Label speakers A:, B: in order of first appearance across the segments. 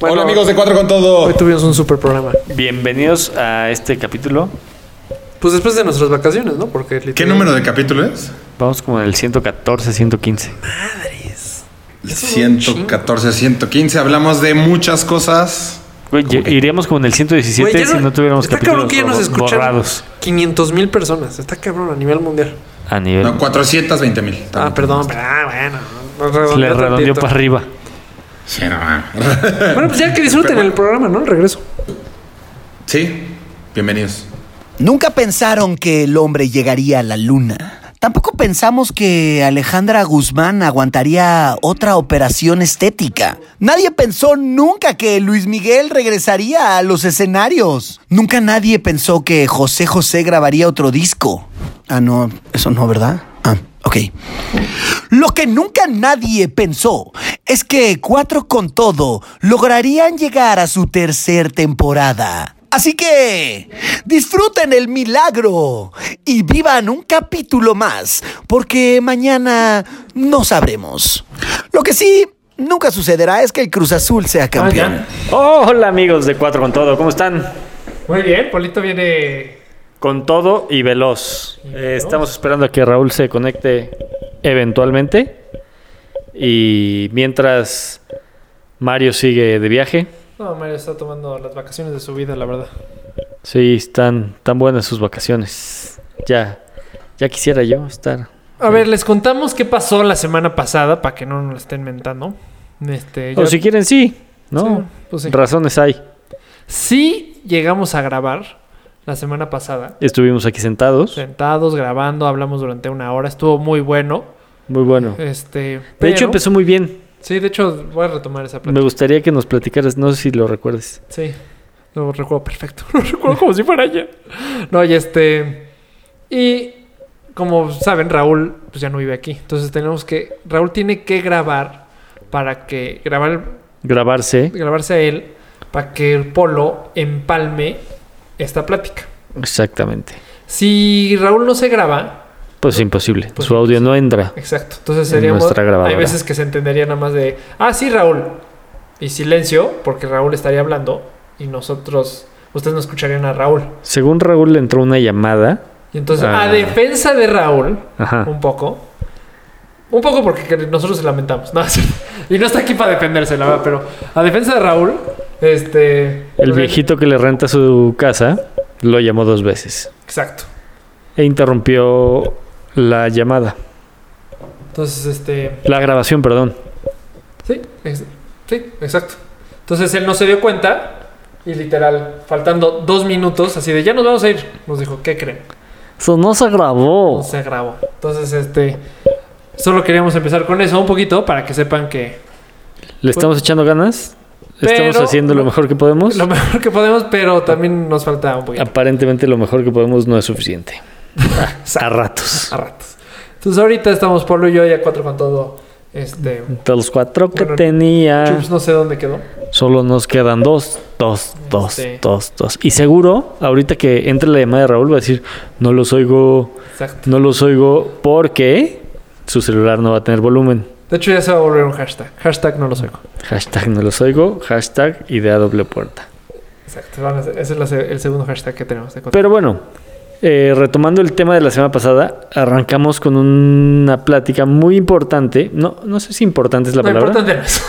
A: Bueno,
B: Hola amigos de Cuatro con Todo.
A: Hoy tuvimos un super programa.
C: Bienvenidos a este capítulo.
A: Pues después de nuestras vacaciones, ¿no? Porque
B: ¿Qué número de capítulo es?
C: Vamos como en el 114, 115.
A: un
B: 114, 115. Hablamos de muchas cosas.
C: Güey, ya- iríamos como en el 117
A: Güey, ya
C: si no tuviéramos
A: está
C: capítulos
A: cabrón que ya nos
C: borra-
A: escuchan
C: borrados
A: 500 mil personas. Está cabrón a nivel mundial.
C: a nivel.
B: No, 420 mil.
A: Ah, perdón. pero, Ah, bueno. nos redondeó
C: le redondeó
A: tantito.
C: para arriba.
D: Ah,
B: Sí, no, ah. mames.
A: Bueno, pues ya que disfruten el programa, ¿no? El regreso.
B: sí, bienvenidos.
E: Nunca pensaron que el hombre llegaría a la luna. Tampoco pensamos que Alejandra Guzmán aguantaría otra operación estética. Nadie pensó nunca que Luis Miguel regresaría a los escenarios. Nunca nadie pensó que José José grabaría otro disco. Ah, no, eso no, ¿verdad? Ah, ok. Lo que nunca nadie pensó es que Cuatro con Todo lograrían llegar a su tercer temporada. Así que disfruten el milagro y vivan un capítulo más, porque mañana no sabremos. Lo que sí nunca sucederá es que el Cruz Azul sea campeón.
C: hola amigos de Cuatro con Todo, ¿cómo están?
D: Muy bien, Polito viene.
C: Con todo y veloz. Eh, estamos esperando a que Raúl se conecte eventualmente. Y mientras Mario sigue de viaje,
D: No, Mario está tomando las vacaciones de su vida, la verdad.
C: sí, están tan buenas sus vacaciones. Ya, ya quisiera yo estar.
D: A ver, les contamos qué pasó la semana pasada para que no nos lo estén mentando. Este,
C: O
D: ya-
C: si quieren, sí, ¿no?
D: Sí, pues sí.
C: Razones hay.
D: Sí llegamos a grabar la semana pasada.
C: Estuvimos aquí sentados.
D: Sentados, grabando, hablamos durante una hora. Estuvo muy bueno.
C: Muy bueno. De
D: Este,
C: hecho, empezó muy bien.
D: Sí, de hecho, voy a retomar esa
C: Me
D: plática.
C: gustaría que nos platicaras, no sé si lo recuerdes.
D: Sí, lo recuerdo perfecto. Lo recuerdo como si fuera ayer. No, y este. Y como saben, Raúl pues ya no vive aquí. Entonces tenemos que. Raúl tiene que grabar para que. Grabar,
C: Grabarse.
D: grabarse a él para que el Polo empalme esta plática.
C: Exactamente.
D: Si Raúl no se graba,
C: Pues imposible.
D: Pues
C: Su audio no entra.
D: exacto. Entonces
C: En
D: seríamos.
C: nuestra grabadora.
D: hay veces que se entendería nada más de. Ah, sí, Raúl. Y silencio, porque Raúl estaría hablando y nosotros. Ustedes no escucharían a Raúl.
C: Según Raúl le entró una llamada.
D: Y entonces,
C: Ah.
D: a defensa de Raúl,
C: Ajá.
D: un poco. Un poco porque que- nosotros se lamentamos. No, sí. y no está aquí para defenderse, la verdad, pero a defensa de Raúl, este.
C: El
D: pues,
C: viejito que le renta su casa lo llamó dos veces
D: Exacto.
C: e interrumpió la llamada,
D: Entonces, este.
C: la grabación, perdón.
D: Sí, ex- sí, exacto. Entonces él no se dio cuenta y literal, faltando dos minutos, así de ya nos vamos a ir, nos dijo, ¿qué creen?
C: Eso no se
D: No
C: grabó.
D: se grabó. Entonces, este. Solo queríamos empezar con eso un poquito para que sepan que
C: Le estamos echando ganas. Estamos
D: Pero-
C: haciendo lo mejor que podemos.
D: lo mejor que podemos, pero también nos falta un poquito.
C: Aparentemente lo mejor que podemos no es suficiente. A ratos.
D: a ratos. Entonces ahorita estamos Pablo y yo ya cuatro con todo. Este,
C: De los cuatro que
D: Bueno,
C: tenía,
D: Chups no sé dónde quedó.
C: solo nos quedan dos, dos, dos,
D: Sí.
C: dos, dos. Y seguro, ahorita que entre la llamada de Raúl, va a decir, no los oigo,
D: Exacto.
C: no los oigo porque su celular no va a tener volumen.
D: De hecho ya se va a volver un hashtag. Hashtag no los oigo.
C: Hashtag no los oigo, hashtag idea doble puerta.
D: Exacto. van a ser- ese es la se- el segundo hashtag que tenemos de contacto.
C: Pero bueno, eh, retomando el tema de la semana pasada, arrancamos con una plática muy importante. No, no sé si importante es la
D: No,
C: palabra.
D: importante no es.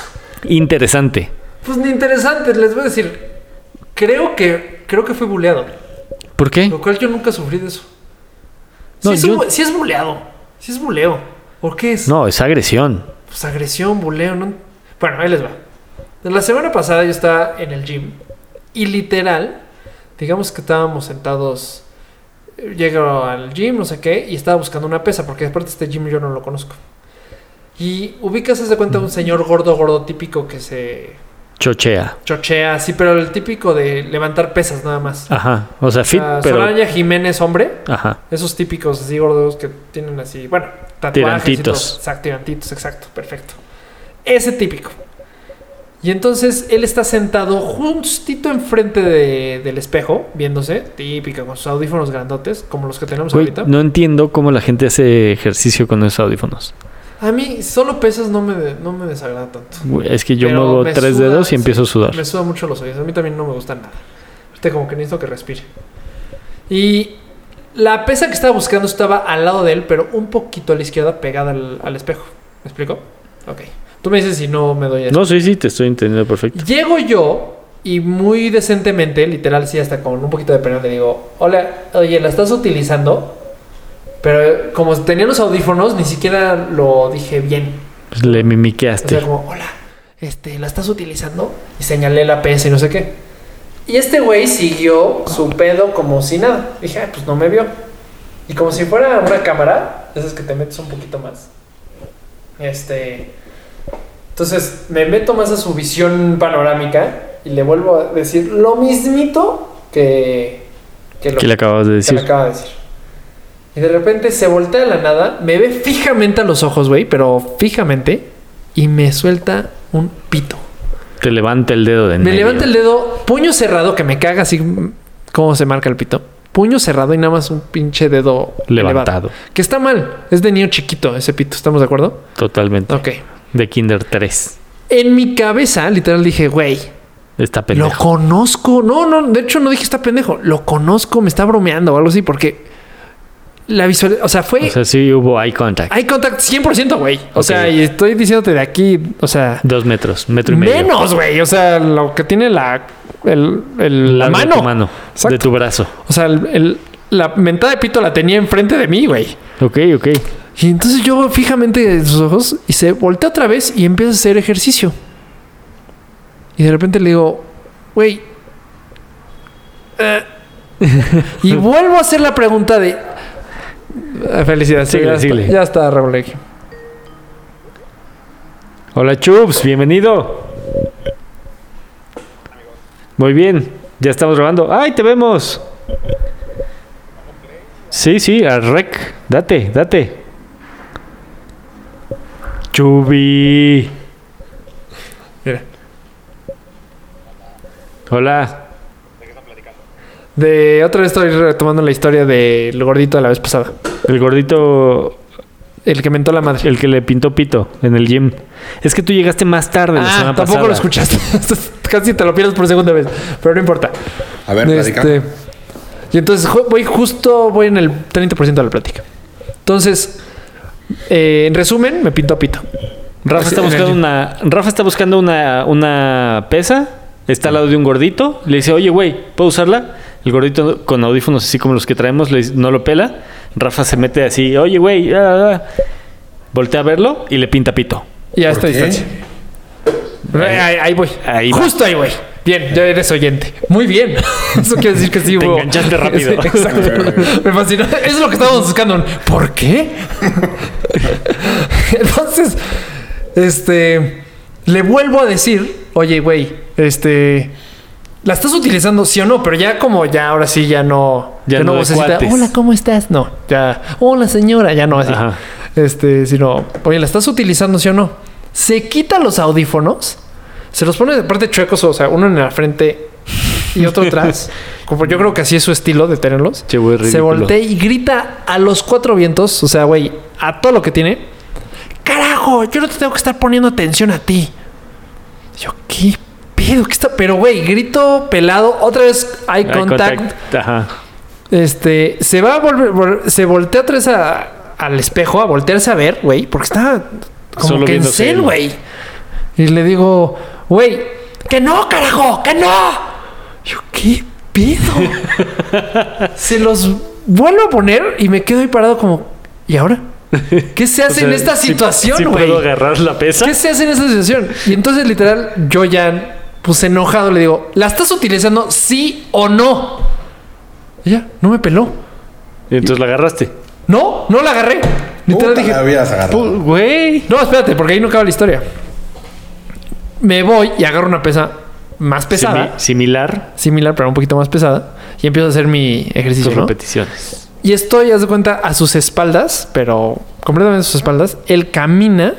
C: Interesante.
D: Pues ni interesante, les voy a decir. Creo que creo que fui buleado.
C: ¿Por qué?
D: Lo cual yo nunca sufrí de eso.
C: No,
D: si, es
C: yo-
D: un bu- sí es buleado. Si es buleo. ¿Por qué es?
C: No, es agresión.
D: Pues agresión, buleo, ¿no? Bueno, ahí les va. La semana pasada yo estaba en el gym y literal, digamos que estábamos sentados, eh, llego al gym, no sé qué, y estaba buscando una pesa, porque aparte este gym yo no lo conozco. Y ubicas, haz de cuenta,
C: Mm.
D: un señor gordo, gordo típico que se
C: Chochea.
D: chochea así, pero el típico de levantar pesas nada más.
C: Ajá. O sea,
D: O
C: Ah, fit,
D: sea,
C: pero.
D: Soraya Jiménez, hombre,
C: Ajá.
D: esos típicos así gordos que tienen así, bueno, tatuajes. y todo.
C: Tirantitos.
D: Exacto, tirantitos, exacto, perfecto. Ese típico. Y entonces él está sentado justito enfrente de- del espejo, viéndose, típica, con sus audífonos grandotes, como los que tenemos
C: Güey,
D: ahorita.
C: no entiendo cómo la gente hace ejercicio con esos audífonos.
D: A mí solo pesas no me, de- no me desagrada tanto.
C: Güey, Es que yo
D: Pero
C: muevo
D: me
C: tres
D: suda,
C: dedos y
D: sí,
C: empiezo a sudar.
D: Me suda mucho los oídos. A mí también no me gusta nada. Ahorita como que necesito que respire. Y la pesa que estaba buscando estaba al lado de él, pero un poquito a la izquierda pegada al, al espejo. ¿Me explico? Ok. Tú me dices si no me doy a
C: No, sí, sí, te estoy entendiendo perfecto.
D: Llego yo y muy decentemente, literal, sí, hasta con un poquito de pena, le digo, hola, oye, ¿la estás utilizando? Pero como tenía los audífonos, ni siquiera lo dije bien.
C: Pues le
D: O sea,
C: mimiqueaste.
D: como, hola, este, ¿la estás utilizando? Y señalé la PS y no sé qué. Y este güey siguió su pedo como si nada. Dije, "Ah, pues no me vio. Y como si fuera una cámara, esas que te metes un poquito más. Este. Entonces me meto más a su visión panorámica y le vuelvo a decir lo mismito que. Que, lo,
C: ¿Qué le acabas de
D: que me
C: decir?
D: acaba de decir. Y de repente se voltea de la nada, me ve fijamente a los ojos, güey, pero fijamente, y me suelta un pito.
C: Te levanta el dedo de
D: Me levanta el dedo, puño cerrado, que me caga así mm, como se marca el pito. Puño cerrado y nada más un pinche dedo elevado.
C: Levantado.
D: Que está mal, es de niño chiquito ese pito, ¿estamos de acuerdo?
C: Totalmente.
D: Ok.
C: De Kinder 3.
D: En mi cabeza, literal, dije, güey,
C: Está pendejo.
D: Lo conozco. No, no, de hecho no dije está pendejo. Lo conozco, me está bromeando o algo así, porque la visual, o sea, fue
C: O sea, sí hubo eye contact.
D: hay contact 100%, güey. O
C: Ok.
D: sea, y estoy diciéndote de aquí, o sea,
C: Dos metros, metro y medio.
D: menos, güey. O sea, lo que tiene la el, el- la
C: Largo de
D: mano.
C: tu mano,
D: Exacto.
C: de tu brazo.
D: O sea, el- el- la mentada de pito la tenía enfrente de mí, güey.
C: Ok, ok.
D: Y entonces yo fijamente en sus ojos y se voltea otra vez y empieza a hacer ejercicio. Y de repente le digo, güey. eh". y vuelvo a hacer la pregunta de. Eh, Felicidades.
C: Ah, Síguele,
D: ya, está-
C: síguele.
D: ya está, Rebolegi.
C: Hola, Chups, bienvenido. Muy bien, ya estamos grabando. ¡Ay, te vemos! Sí, sí, al rec. Date, date. Chubi.
D: Mira.
C: Hola.
D: De otra vez estoy retomando la historia del gordito de la vez pasada.
C: El gordito,
D: El que mentó la madre.
C: el que le pintó pito en el gym. Es que tú llegaste más tarde la
D: Ah,
C: semana
D: tampoco
C: pasada.
D: lo escuchaste. Casi te lo pierdes por segunda vez. Pero no importa.
B: A ver, platica.
D: Este, y entonces ju- voy justo, voy en el 30% de la plática. Entonces, eh, en resumen, me pinto a pito.
C: Rafa está
D: en el
C: buscando
D: gym.
C: una. Rafa está buscando una, una pesa. Está al lado de un gordito. Le dice, oye, güey, ¿puedo usarla? El gordito con audífonos así como los que traemos le dice- no lo pela. Rafa se mete así, oye, güey. ah, ah". Voltea a verlo y le pinta pito.
D: Y a esta
B: ¿Por qué?
D: distancia. Ahí, ahí- ahí voy.
C: Ahí va.
D: justo ahí voy. Bien, ya eres oyente. Muy bien. Eso quiere decir que sí
C: Te
D: hubo-
C: enganchaste rápido.
D: Sí, exacto. Me fascinó. Eso es lo que estábamos buscando. ¿Por qué? Entonces, este. Le vuelvo a decir, oye, güey, este. La estás utilizando, sí o no, pero ya como ya ahora sí ya no.
C: Ya no de
D: vocecita,
C: cuates.
D: Hola, ¿cómo estás? No, ya. Hola, señora, ya no así.
C: Ajá.
D: Este, sino, oye, ¿la estás utilizando, sí o no? Se quita los audífonos, se los pone de parte chuecos, o sea, uno en la frente y otro atrás. Como yo creo que así es su estilo de tenerlos.
C: Che, güey,
D: se
C: ridículo.
D: voltea y grita a los cuatro vientos, o sea, güey, a todo lo que tiene. Carajo, yo no te tengo que estar poniendo atención a ti. Yo, ¿qué pedo? ¿Qué está? Pero, güey, grito pelado, otra vez hay
C: Eye
D: contact.
C: Ajá.
D: Este, se va a volver, vol- se voltea otra vez a- al espejo, a voltearse a ver, güey, porque está como
C: Solo
D: que en
C: viéndose
D: cel,
C: él.
D: güey. Y le digo, güey, que no, carajo, que no. Yo, ¿qué pido? se los vuelvo a poner y me quedo ahí parado como, ¿y ahora? ¿Qué se hace en
C: O sea,
D: esta
C: sí-
D: situación,
C: sí
D: güey?
C: puedo agarrar la pesa?
D: ¿Qué se hace en esa situación? Y entonces, literal, yo ya, pues enojado, le digo, ¿la estás utilizando sí o no? Ella no me peló.
C: Y entonces la agarraste.
D: No, no la agarré. Literal
B: Puta,
D: dije,
B: la hubieras agarrado.
C: Pu- Güey.
D: no, espérate, porque ahí no acaba la historia. Me voy y agarro una pesa más
C: Simi-
D: pesada,
C: similar.
D: similar, pero un poquito más pesada, y empiezo a hacer mi ejercicio.
C: Tus
D: ¿no?
C: repeticiones.
D: Y estoy, haz de cuenta, a sus espaldas, pero completamente a sus espaldas. Él camina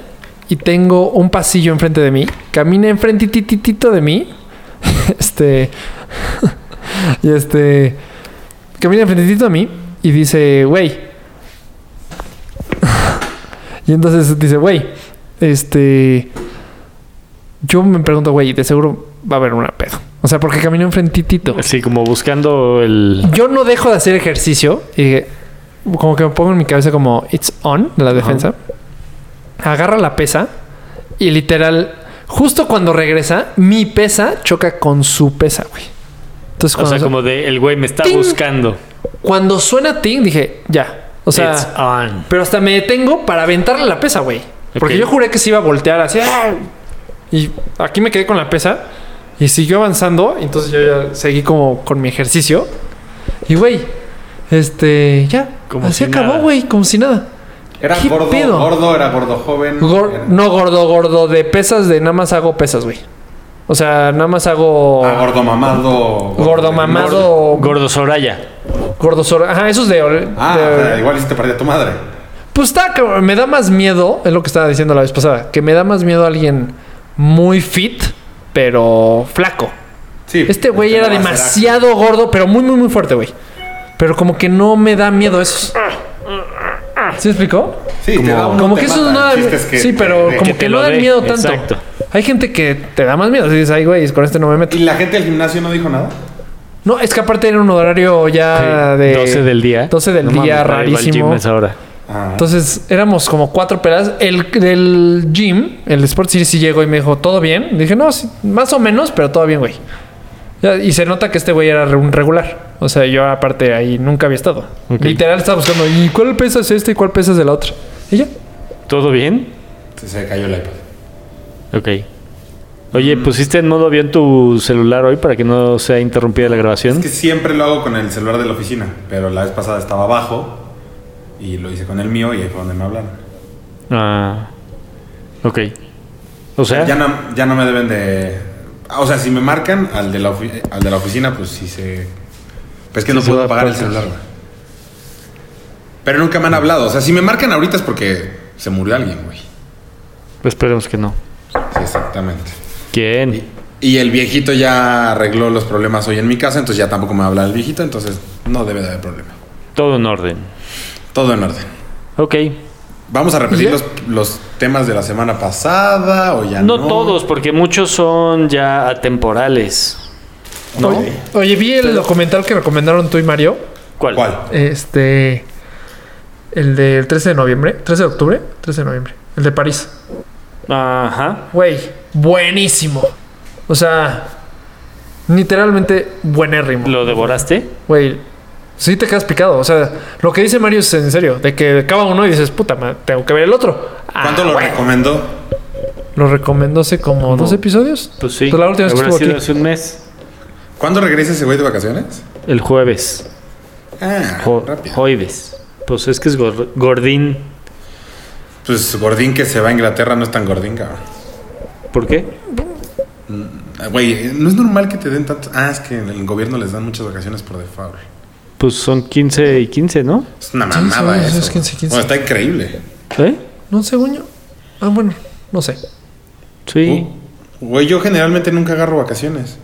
D: y tengo un pasillo enfrente de mí. Camina enfrente tititito de mí. este. y este. Camina enfrente de mí y dice, güey. Y entonces dice, güey, este. Yo me pregunto, güey, de seguro va a haber una pedo. O sea, porque caminó enfrentitito.
C: Así como buscando el...
D: Yo no dejo de hacer ejercicio y dije, como que me pongo en mi cabeza como it's on la defensa. Agarra la pesa y literal justo cuando regresa mi pesa choca con su pesa, güey. Entonces
C: O
D: cuando,
C: sea, como de el güey me está
D: ¡Ting!
C: buscando.
D: cuando suena ting dije, ya. O sea,
C: It's on.
D: pero hasta me detengo para aventarle la pesa, güey. Porque
C: Ok.
D: yo juré que se iba a voltear así. ¡ah! Y aquí me quedé con la pesa. Y siguió avanzando. Entonces yo ya seguí como con mi ejercicio. Y güey, este, ya.
C: Como
D: así
C: si
D: acabó,
C: nada.
D: güey, como si nada.
B: Era
D: ¿Qué
B: gordo,
D: pedo?
B: gordo, era gordo joven.
D: Gor-
B: Era-
D: no gordo, gordo, de pesas, de nada más hago pesas, güey. O sea, nada más hago
B: Ah, gordo mamado.
D: gordo mamado, gordo,
C: Gordo Soraya.
D: sor- Ajá, eso es de. ol-
B: Ah,
D: de-
B: o sea, igual hiciste perder a tu madre.
D: Pues está, cabrón, me da más miedo, es lo que estaba diciendo la vez pasada, que me da más miedo a alguien muy fit, pero flaco.
B: Sí.
D: Este güey
B: no
D: era
B: va a ser
D: demasiado gordo, pero muy, muy, muy fuerte, güey. Pero como que no me da miedo eso. ¿Sí me explicó?
B: ágil. Sí, te da uno,
D: Como
B: te
D: que eso
B: mata.
D: no da
B: El chiste es que
D: Sí,
B: te-
D: pero
B: te-
D: como
C: te
D: que
C: lo
D: no da
C: dé,
D: miedo tanto.
C: exacto.
D: Hay gente que te da más miedo. Si dices, ay, güey, con este no me meto.
B: ¿Y la gente del gimnasio no dijo nada?
D: No, es que aparte era un horario ya
C: Sí,
D: de.
C: 12 del día.
D: 12 del
C: No
D: día,
C: mames, nadie va al gym
D: rarísimo.
C: a esa hora.
B: Ah.
D: Entonces éramos como cuatro pelas. El del gym, el Sport Series, sí llegó y me dijo, ¿todo bien? Dije, no, sí, más o menos, pero todo bien, güey. Ya, Y se nota que este güey era un regular. O sea, yo aparte ahí nunca había estado.
C: Ok.
D: Literal estaba buscando, ¿y cuál pesas es este y cuál pesas de la otra? Y ya.
C: ¿Todo bien?
B: Se cayó el iPad.
C: Ok. Oye,
D: Mm.
C: ¿pusiste en modo avión tu celular hoy para que no sea interrumpida la grabación?
B: Es que siempre lo hago con el celular de la oficina, pero la vez pasada estaba abajo y lo hice con el mío y ahí fue donde me hablaron.
C: Ah. Ok. O sea,
B: Ya no, ya no me deben de... ah, O sea, si me marcan al de la, ofi- al de la oficina, pues sí se... Pues es que no
C: se
B: puedo
C: va a
B: pagar el
C: pagar.
B: celular. güey. Pero nunca me han hablado. O sea, si me marcan ahorita es porque se murió alguien, güey.
C: esperemos que no.
B: Sí, exactamente.
C: ¿Quién?
B: Y el viejito ya arregló los problemas hoy en mi casa, entonces ya tampoco me habla el viejito, entonces no debe de haber problema.
C: Todo en orden.
B: Todo en orden.
C: Ok.
B: Vamos a repetir
D: ¿Ya?
B: los, los temas de la semana pasada o ya no.
C: No, todos, porque muchos son ya atemporales. ¿No?
D: Oye, oye, vi el documental que recomendaron tú y Mario.
C: ¿Cuál?
B: ¿Cuál?
D: Este. El del 13 de noviembre. 13 de octubre. 13 de noviembre. El de París.
C: Ajá.
D: Güey, buenísimo. O sea, literalmente buenérrimo.
C: ¿Lo devoraste?
D: Güey, sí te quedas picado. O sea, lo que dice Mario es en serio. De que acaba uno y dices, puta, ma- tengo que ver el otro. Ah,
B: ¿Cuánto lo
D: güey.
B: recomendó?
D: Lo recomendó hace como dos episodios.
C: Pues sí.
D: la última vez que
C: Habrá
D: estuvo
C: sido
D: aquí.
C: hace un mes.
B: ¿Cuándo regresa ese güey de vacaciones?
C: El jueves.
B: Ah,
C: Jo-
B: rápido.
C: Jueves. Pues es que es gor- gordín.
B: Pues Gordín que se va a Inglaterra no es tan Gordín, cabrón.
C: ¿Por qué?
B: Ah, Güey, no es normal que te den tantos. Ah, es que en el gobierno les dan muchas vacaciones por default.
C: Pues son 15 y 15, ¿no?
B: Es una
D: Sí,
B: mamada
D: sí, sí,
B: eso.
D: es 15, 15.
B: Bueno, está increíble.
C: ¿Eh?
D: No sé, güey. Ah, bueno, no sé.
C: Sí.
B: Uh, Güey, yo generalmente nunca agarro vacaciones.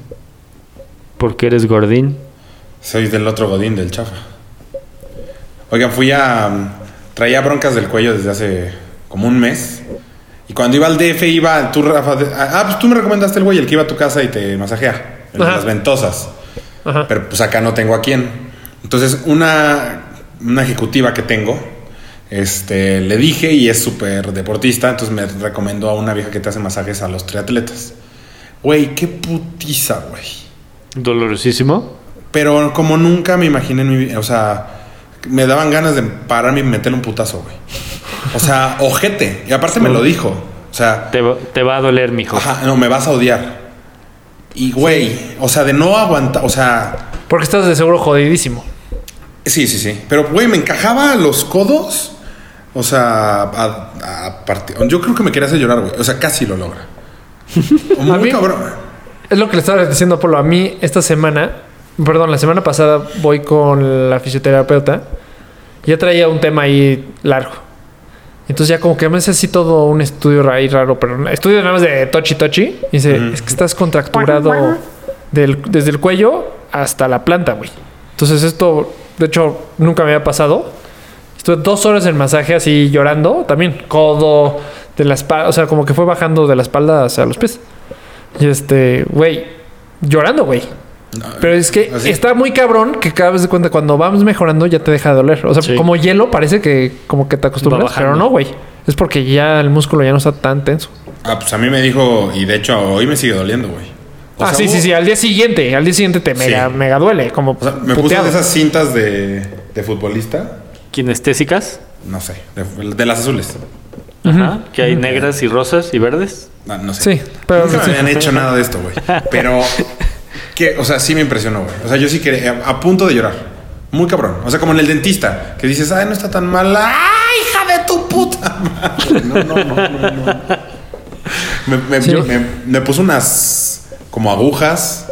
C: Porque eres gordín.
B: Soy del otro Godín, del chafa. Oigan, fui a... mm, Traía broncas del cuello desde hace como un mes. Y cuando iba al DF iba tú, Rafa... de- ah, pues tú me recomendaste el güey, el que iba a tu casa y te masajea. el de
D: Ajá.
B: las ventosas.
D: Ajá.
B: Pero pues acá no tengo a quién. Entonces una, una ejecutiva que tengo, este, le dije y es súper deportista, entonces me recomendó a una vieja que te hace masajes a los triatletas. Güey, qué putiza, güey.
C: Dolorosísimo.
B: Pero como nunca me imaginé en mi vida, o sea, me daban ganas de pararme y meterle un putazo, güey. O sea, ojete. Y aparte me lo dijo. O sea,
C: Te, va- te va a doler, mijo.
B: ajá, no, me vas a odiar. Y güey, o sea, de no aguantar, o sea,
D: Porque estás de seguro jodidísimo.
B: sí, sí, sí. Pero güey, me encajaba los codos. O sea, a, a partir. Yo creo que me quería hacer llorar, güey. O sea, casi lo logra.
D: ¿A mí?
B: Muy cabrón.
D: Es lo que le estaba diciendo a Polo. A mí, esta semana, perdón, la semana pasada voy con la fisioterapeuta. Ya traía un tema ahí largo. Entonces ya como que me hace así todo un estudio ahí raro, pero estudio nada más de tochi tochi. Y dice, es que estás contracturado del- desde el cuello hasta la planta, güey. Entonces esto, de hecho, nunca me había pasado. Estuve dos horas en masaje así llorando, también codo, de la espalda, o sea, como que fue bajando de la espalda hacia los pies. Y este, güey, llorando, güey. Pero es que
B: Así.
D: está muy cabrón que cada vez de cuenta cuando vamos mejorando ya te deja de doler. O sea,
C: Sí.
D: como hielo parece que como que te acostumbras,
C: bajando.
D: pero no, güey. Es porque ya el músculo ya no está tan tenso.
B: Ah, pues a mí me dijo, y de hecho hoy me sigue doliendo, güey. O
D: ah,
B: sea,
D: sí,
B: hubo-
D: sí, sí. Al día siguiente, al día siguiente te mega,
B: Sí.
D: mega duele. Como
B: O sea, me puse
D: puteado.
B: de esas cintas de, de futbolista,
C: Kinestésicas.
B: no sé, de, de las azules.
C: Ajá. Que hay negras y rosas y verdes.
B: No, no sé.
D: Sí, pero
B: Nunca me
D: sí.
B: habían hecho nada de esto, güey. Pero, que, o sea, sí me impresionó, güey. O sea, yo sí que a, a punto de llorar. Muy cabrón. O sea, como en el dentista, que dices, ay, no está tan mala. ¡Ay, hija de tu puta madre! No, no, no, no. no. Me, me,
D: Sí.
B: me- me puso unas como agujas.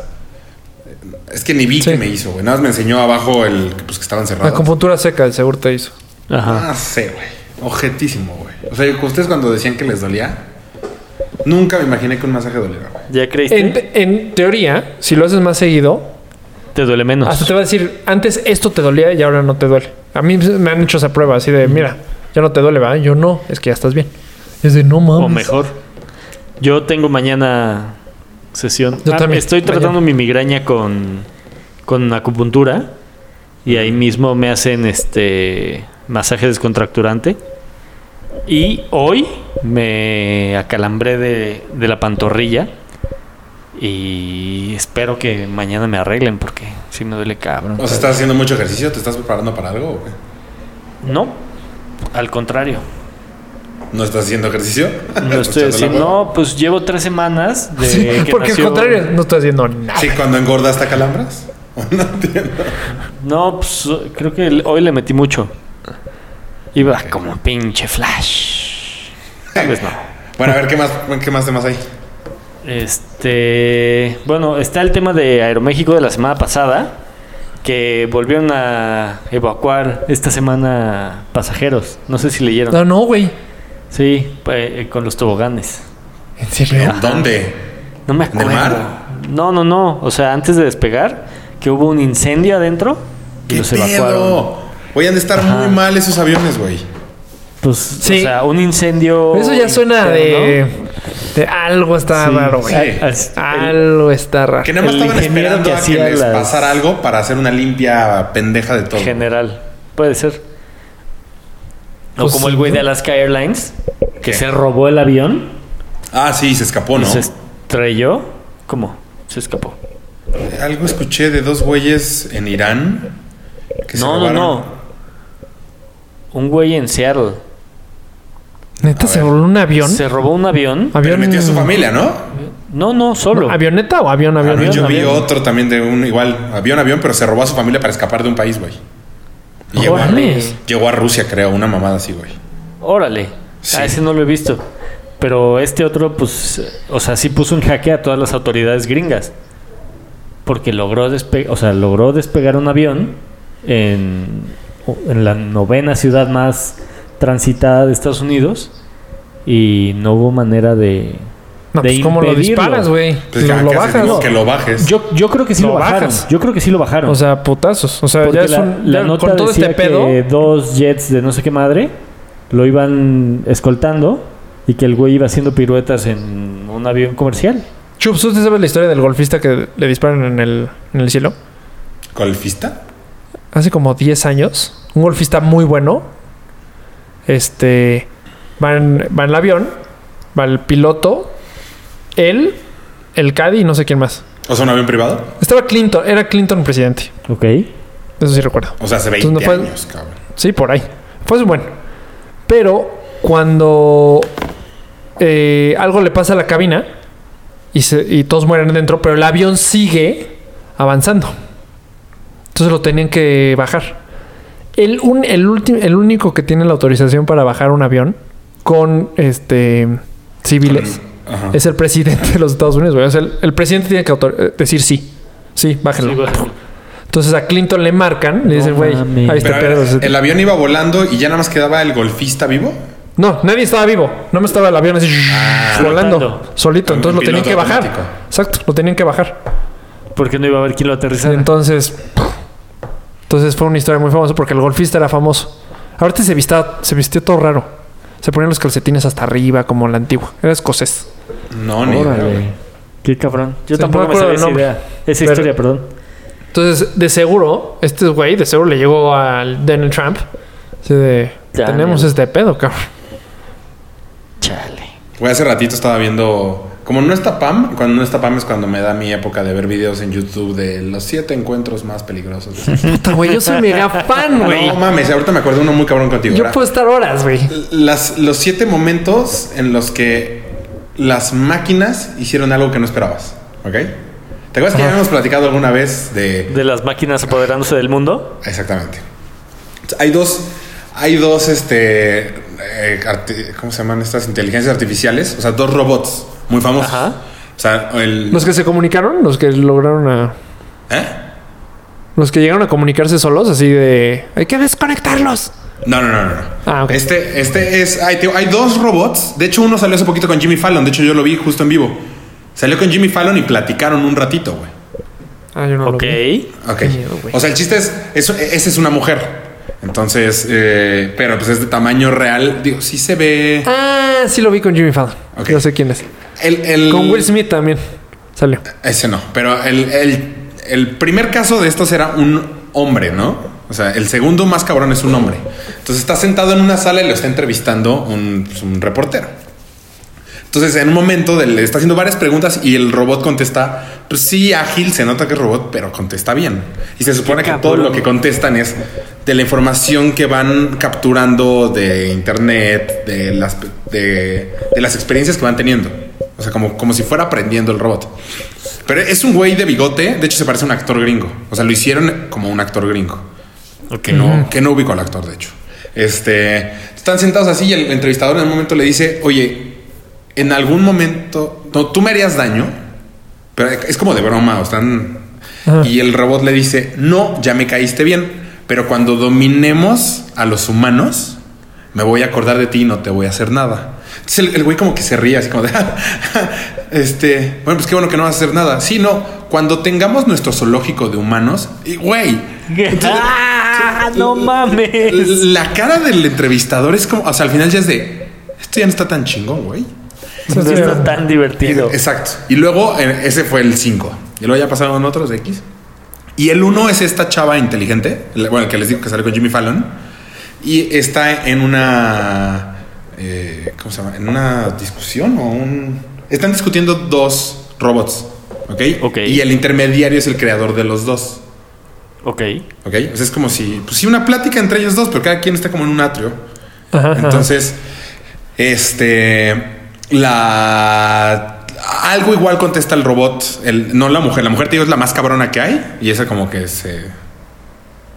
B: Es que ni vi
D: Sí.
B: que me hizo, güey. Nada más me enseñó abajo el pues, que estaban
D: La
B: cerrados.
D: acupuntura seca, seguro te hizo.
C: Ajá.
B: Ah, sé, güey. Objetísimo, güey. O sea, ustedes cuando decían que les dolía, nunca me imaginé que un masaje doliera, güey.
C: ¿Ya creíste?
D: En, en teoría, si lo haces más seguido,
C: Te duele
D: hasta
C: menos.
D: te va a decir, antes esto te dolía y ahora no te duele. A mí me han hecho esa prueba así de, mira, ya no te duele, ¿verdad? Yo no, es que ya estás bien. Es de, no pues, mames.
C: O mejor. Yo tengo mañana sesión. Ah,
D: Yo también,
C: Estoy tratando
D: mañana.
C: mi migraña con, con acupuntura. Y ahí mismo me hacen este masaje descontracturante. Y hoy me acalambré de, de la pantorrilla. Y espero que mañana me arreglen porque si me duele cabrón.
B: O sea, ¿estás haciendo mucho ejercicio? ¿Te estás preparando para algo? güey?
C: No, al contrario.
B: ¿No estás haciendo ejercicio?
C: No
B: ¿Estás
C: estoy
B: echando
C: diciendo,
B: la hueva?
C: no, pues llevo tres semanas de
D: Sí,
C: que
D: porque
C: nació-
D: al contrario, no estás haciendo nada.
B: Sí, cuando engordas te calambras. No entiendo.
C: No, pues creo que el- hoy le metí mucho. Iba como pinche flash. Tal vez no.
B: Bueno, a ver, ¿qué más, qué más temas hay?
C: Este. Bueno, está el tema de Aeroméxico de la semana pasada. Que volvieron a evacuar esta semana pasajeros. No sé si leyeron.
D: No, no, güey.
C: Sí, eh, con los toboganes.
D: ¿En serio?
B: ¿Dónde?
C: No me
B: ¿En el
C: acuerdo.
B: mar?
C: No, no, no. O sea, antes de despegar, que hubo un incendio adentro y
B: ¿Qué
C: los evacuaron.
B: pedo? Güey, han de estar muy mal esos aviones, güey.
C: Pues,
D: Sí.
C: o sea, un incendio.
D: Eso ya suena
C: interno,
D: de, de algo está
C: Sí,
D: raro,
C: sí.
D: Ah, güey. Ah.
B: Ay,
C: As- el-
D: Algo está raro.
B: Que nada más
C: El
B: estaban
C: ingeniero
B: esperando
C: que
B: a que
C: hacía
B: les
C: las-
B: pasara algo para hacer una limpia pendeja de todo.
C: general. Puede ser. O
D: Pues
C: como
D: sí,
C: el güey
D: ¿no?
C: de Alaska Airlines, que
B: ¿Qué?
C: se robó el avión
B: Ah, sí, se escapó,
C: y
B: ¿no?
C: se estrelló. ¿Cómo? Se escapó.
B: Algo escuché de dos güeyes en Irán. Que se
C: no, no,
B: robaron-
C: no. Un güey en Seattle.
D: ¿Neta
B: A
D: se
B: ver.
D: voló un avión?
C: Se robó un avión.
B: Pero
D: ¿Avión?
B: metió a su familia, ¿no?
C: No, no, solo.
D: ¿Avioneta o avión, avión?
B: Ah, no,
D: avión?
B: yo vi
C: avión.
B: otro también de un igual avión, avión, pero se robó a su familia para escapar de un país, güey. Y Llegó, a-
D: Órale.
B: llegó a Rusia, creo, una mamada así, güey.
C: Órale.
B: Sí.
C: A ese no lo he visto. Pero este otro, pues, eh, o sea, sí puso en jaque a todas las autoridades gringas. Porque logró, despe o sea, logró despegar un avión en, o- en la novena ciudad más transitada de Estados Unidos. Y no hubo manera de.
D: No,
C: de
D: pues ¿cómo lo
C: impedirlo.
D: disparas, güey?
B: Pues,
D: lo,
B: ah,
D: lo
B: ¿qué haces?
D: bajas.
B: Digo, Que lo bajes.
C: Yo, yo creo que sí lo,
D: Lo
C: bajaron.
D: bajas.
C: Yo creo que sí lo bajaron.
D: O sea, putazos. O sea,
C: Porque
D: ya es
C: la,
D: un.
C: la
D: ya
C: nota
D: con todo
C: decía
D: este pedo.
C: que dos jets de no sé qué madre lo iban escoltando y que el güey iba haciendo piruetas en un avión comercial.
D: Chups, ¿usted sabe la historia del golfista que le disparan en el, en el cielo?
B: ¿Golfista?
D: Hace como 10 años. Un golfista muy bueno. Este. Va en, va en el avión. Va el piloto. Él. El Caddy y no sé quién más.
B: O sea, un avión privado.
D: Estaba Clinton. Era Clinton presidente.
C: Ok.
D: Eso sí recuerdo.
B: O sea, hace 20
D: Entonces, no fue-
B: años, cabrón.
D: Sí, por ahí. Fue su bueno. Pero cuando eh, algo le pasa a la cabina y, se- y todos mueren dentro, pero el avión sigue avanzando. Entonces lo tenían que bajar. El, un- el, ulti- el único que tiene la autorización para bajar un avión con este civiles
B: Ajá.
D: es el presidente de los Estados Unidos. güey. O sea, el, el presidente tiene que autor- eh, decir sí. Sí, bájenlo. Entonces a Clinton le marcan, le dicen, güey,
C: mames.
D: ahí
B: Pero,
D: está
B: a ver,
D: Pedro.
B: el avión iba volando y ya nada más quedaba el golfista vivo.
D: No, nadie estaba vivo. No me estaba el avión así volando
C: flotando.
D: solito.
B: Con
D: Entonces
B: un
D: lo tenían
B: piloto
D: que bajar.
B: automático.
D: Exacto, lo tenían que bajar.
C: Porque no iba a haber quien lo aterrizara.
D: Entonces, entonces fue una historia muy famosa porque el golfista era famoso. Ahorita se, vista, se vistió todo raro. Se ponían los calcetines hasta arriba, como la antigua. Era escocés.
B: No, ni idea, güey.
C: Qué cabrón. Yo
D: Sí,
C: tampoco
D: no
C: me
D: me acuerdo
C: sabía
D: del
C: esa
D: nombre.
C: idea. Esa
D: Pero-
C: historia, perdón.
D: Entonces, de seguro, este güey de seguro le llegó al Donald Trump. Así de,
C: Ya,
D: tenemos
C: mira.
D: este pedo, cabrón.
C: Chale.
B: Güey, Pues hace ratito estaba viendo. Como no está Pam, cuando no está Pam es cuando me da mi época de ver videos en YouTube de los siete encuentros más peligrosos.
D: Puta, güey, yo soy mega fan, güey.
B: no mames, ahorita me acuerdo uno muy cabrón contigo.
D: yo pues,
B: ¿verdad?
D: puedo estar horas, güey.
B: Las, los siete momentos en los que las máquinas hicieron algo que no esperabas. ¿Ok? ¿Te acuerdas que ya habíamos platicado alguna vez de.
C: De las máquinas apoderándose del mundo.
B: Exactamente. Hay dos, hay dos, este, eh, arti- ¿cómo se llaman estas inteligencias artificiales? O sea, dos robots muy famosos.
C: Ajá.
B: O sea, el...
D: Los que se comunicaron, los que lograron a.
B: ¿Eh?
D: Los que llegaron a comunicarse solos, así de. Hay que desconectarlos.
B: No, no, no, no. no.
D: Ah, ok.
B: Este, este es, ay, te- hay dos robots. De hecho, uno salió hace poquito con Jimmy Fallon. De hecho, yo lo vi justo en vivo. Salió con Jimmy Fallon y platicaron un ratito, güey.
D: Ah, yo no
C: Ok.
D: lo vi.
B: Ok.
D: Qué miedo, güey.
B: o sea, el chiste es, eso, esa es una mujer. Entonces, eh, pero pues es de tamaño real. Digo, sí se ve.
D: Ah, sí lo vi con Jimmy Fallon.
B: Ok.
D: Yo sé quién es.
B: El, el-
D: Con Will Smith también salió.
B: Ese no, pero el, el- el primer caso de estos era un hombre, ¿no? O sea, el segundo más cabrón es un hombre. Entonces está sentado en una sala y lo está entrevistando un, pues, un reportero. Entonces en un momento de- le está haciendo varias preguntas y el robot contesta, pues sí, ágil, se nota que es robot, pero contesta bien. Y se supone que todo lo que contestan es de la información que van capturando de internet, de las, de, de las experiencias que van teniendo. O sea, como, como si fuera aprendiendo el robot. Pero es un güey de bigote, de hecho se parece a un actor gringo. O sea, lo hicieron como un actor gringo. Que no, que no ubico al actor, de hecho. Este, están sentados así y el entrevistador en un momento le dice, oye, en algún momento, no, tú me harías daño, pero es como de broma, o están... Y el robot le dice, no, ya me caíste bien, pero cuando dominemos a los humanos, me voy a acordar de ti y no te voy a hacer nada. Entonces el, el güey como que se ríe, así como de, "Ja, ja, este, bueno, pues qué bueno que no vas a hacer nada. Sí, no, cuando tengamos nuestro zoológico de humanos, y güey,
C: ¡Ah! ¡No mames!
B: la cara del entrevistador es como, o sea, al final ya es de, esto ya no está tan chingón, güey.
C: No está tan divertido.
B: Exacto. Y luego eh, ese fue el 5. Y luego ya pasaron otros de X. Y el 1 es esta chava inteligente, la- bueno, que les digo que salió con Jimmy Fallon. Y está en una. eh, ¿Cómo se llama? En una discusión o un. Están discutiendo dos robots. ¿Ok?
C: Ok.
B: Y el intermediario es el creador de los dos.
C: Ok.
B: ¿Ok? O sea, es como si. Pues sí, una plática entre ellos dos, pero cada quien está como en un atrio.
D: Ajá, ajá.
B: Entonces, este, la... Algo igual contesta el robot, el- no la mujer. La mujer, te digo, es la más cabrona que hay y esa como que se...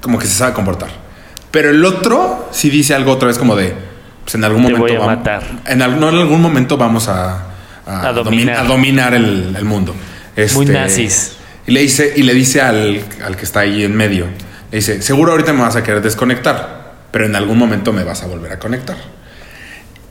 B: Como que se sabe comportar. Pero el otro sí dice algo otra vez como de... Pues en algún
C: Te
B: momento...
C: voy a
B: vam-
C: matar.
B: En, al- no, en algún momento vamos a...
C: A
B: domi-
C: dominar.
B: a dominar el, el mundo.
C: Muy
B: Este,
C: nazis.
B: Y le dice, y le dice al, al que está ahí en medio, le dice, seguro ahorita me vas a querer desconectar, pero en algún momento me vas a volver a conectar.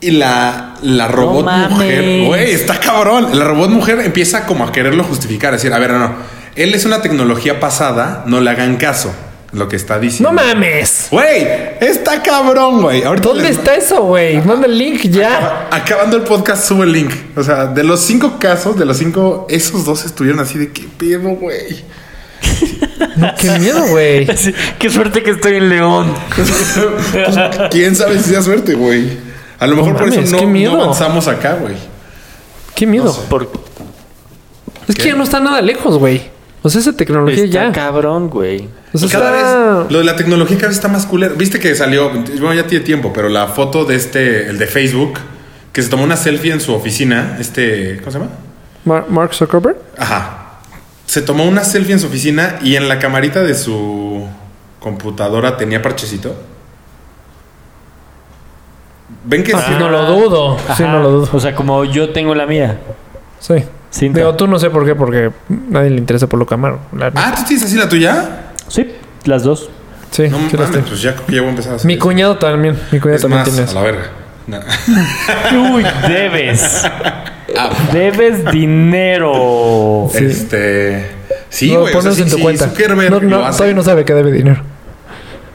B: Y la, la robot
C: mames.
B: mujer, güey, está cabrón. La robot mujer empieza como a quererlo justificar, a decir, a ver, no, no, él es una tecnología pasada, no le hagan caso lo que está diciendo.
D: No mames.
B: Güey, está cabrón, güey. Ahorita
D: ¿Dónde
B: les-
D: está eso, güey? Manda el link ya.
B: Acaba- Acabando el podcast, sube el link. O sea, de los cinco casos, de los cinco, esos dos estuvieron así de qué pedo, güey.
D: No, qué miedo, güey.
C: Sí, Qué suerte que estoy en León.
B: Pues, Quién sabe si sea suerte, güey. A lo mejor por
D: mames,
B: eso
D: qué
B: no,
D: miedo.
B: no avanzamos acá, güey.
D: Qué miedo.
C: Por
D: Es que ya no está nada lejos, güey. O sea, esa tecnología
C: está
D: Pues ya.
C: cabrón, güey.
D: Pues, O sea,
B: Cada
D: está-
B: vez lo de la tecnología cada vez está más culera. Viste que salió, bueno, ya tiene tiempo, pero la foto de este, el de Facebook, que se tomó una selfie en su oficina, este, ¿cómo se llama?
D: Mar- Mark Zuckerberg.
B: Ajá. Se tomó una selfie en su oficina y en la camarita de su computadora tenía parchecito. ¿Ven que
D: Sí, Ah, pues no lo dudo. Sí,
C: Ajá.
D: no lo dudo.
C: O sea, como yo tengo la mía.
D: Sí.
C: Cinta.
D: Digo, tú no sé por qué, porque nadie le interesa por lo camaro. La-
B: Ah, ¿tú tienes así la tuya?
C: Sí, las dos.
D: Sí,
B: No
D: sí las
B: mames,
D: tengo.
B: pues ya creo que ya voy a empezar a hacer
D: Mi
B: eso.
D: cuñado también. Mi cuñado
B: Es
D: también
B: más,
D: tiene
B: a
D: eso.
B: la verga. No.
C: Uy, debes.
D: Ah.
C: Debes dinero.
B: Este. Sí,
D: No,
B: güey. o sea,
D: ponlos
B: sí,
D: en tu
B: sí,
D: cuenta.
B: Zuckerberg
D: No, no,
B: lo hace.
D: todavía no sabe que debe dinero.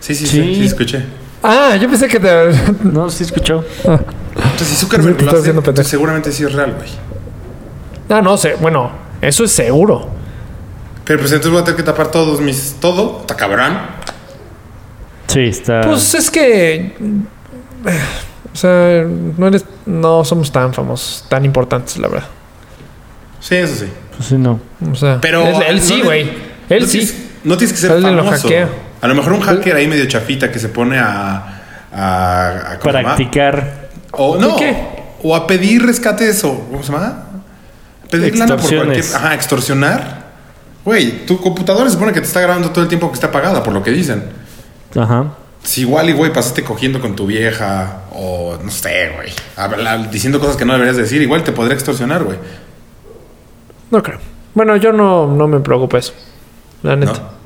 B: Sí, sí, sí,
C: Sí.
B: sí, escuché.
D: Ah, yo pensé que te.
C: No, sí escuchó.
B: Entonces, si Zuckerberg
D: Te estás
B: lo hace,
D: haciendo pendejo.
B: entonces seguramente sí es real, güey.
D: Ah, no sé. Bueno, eso es seguro.
B: Pero pues entonces voy a tener que tapar todos mis... Todo, está cabrón.
C: Sí, está.
B: Ah.
D: Pues es que. O sea, no eres. No somos tan famosos, tan importantes, la verdad.
B: Sí, eso sí.
C: Pues sí, no.
D: O sea,
B: Pero...
D: Él, él
B: no
D: sí,
B: le-
D: güey. Él
B: no
D: sí.
B: Tienes, no tienes que ser
D: Alguien lo
B: famoso.
D: hackea.
B: a lo mejor un hacker ahí medio chafita que se pone a... a, a- ¿cómo se llama?
C: Practicar.
B: O no.
D: ¿Qué?
B: O a pedir rescates o... ¿Cómo se llama? Pedir lana por cualquier...
C: Extorsiones.
B: Ajá, extorsionar. Güey, tu computadora se supone que te está grabando todo el tiempo que está apagada, por lo que dicen.
C: Ajá.
B: Si igual y, güey, pasaste cogiendo con tu vieja o no sé, güey, habla- diciendo cosas que no deberías decir, igual te podría extorsionar, güey.
D: No creo. Bueno, yo no, no me preocupa eso. La neta.
B: ¿No?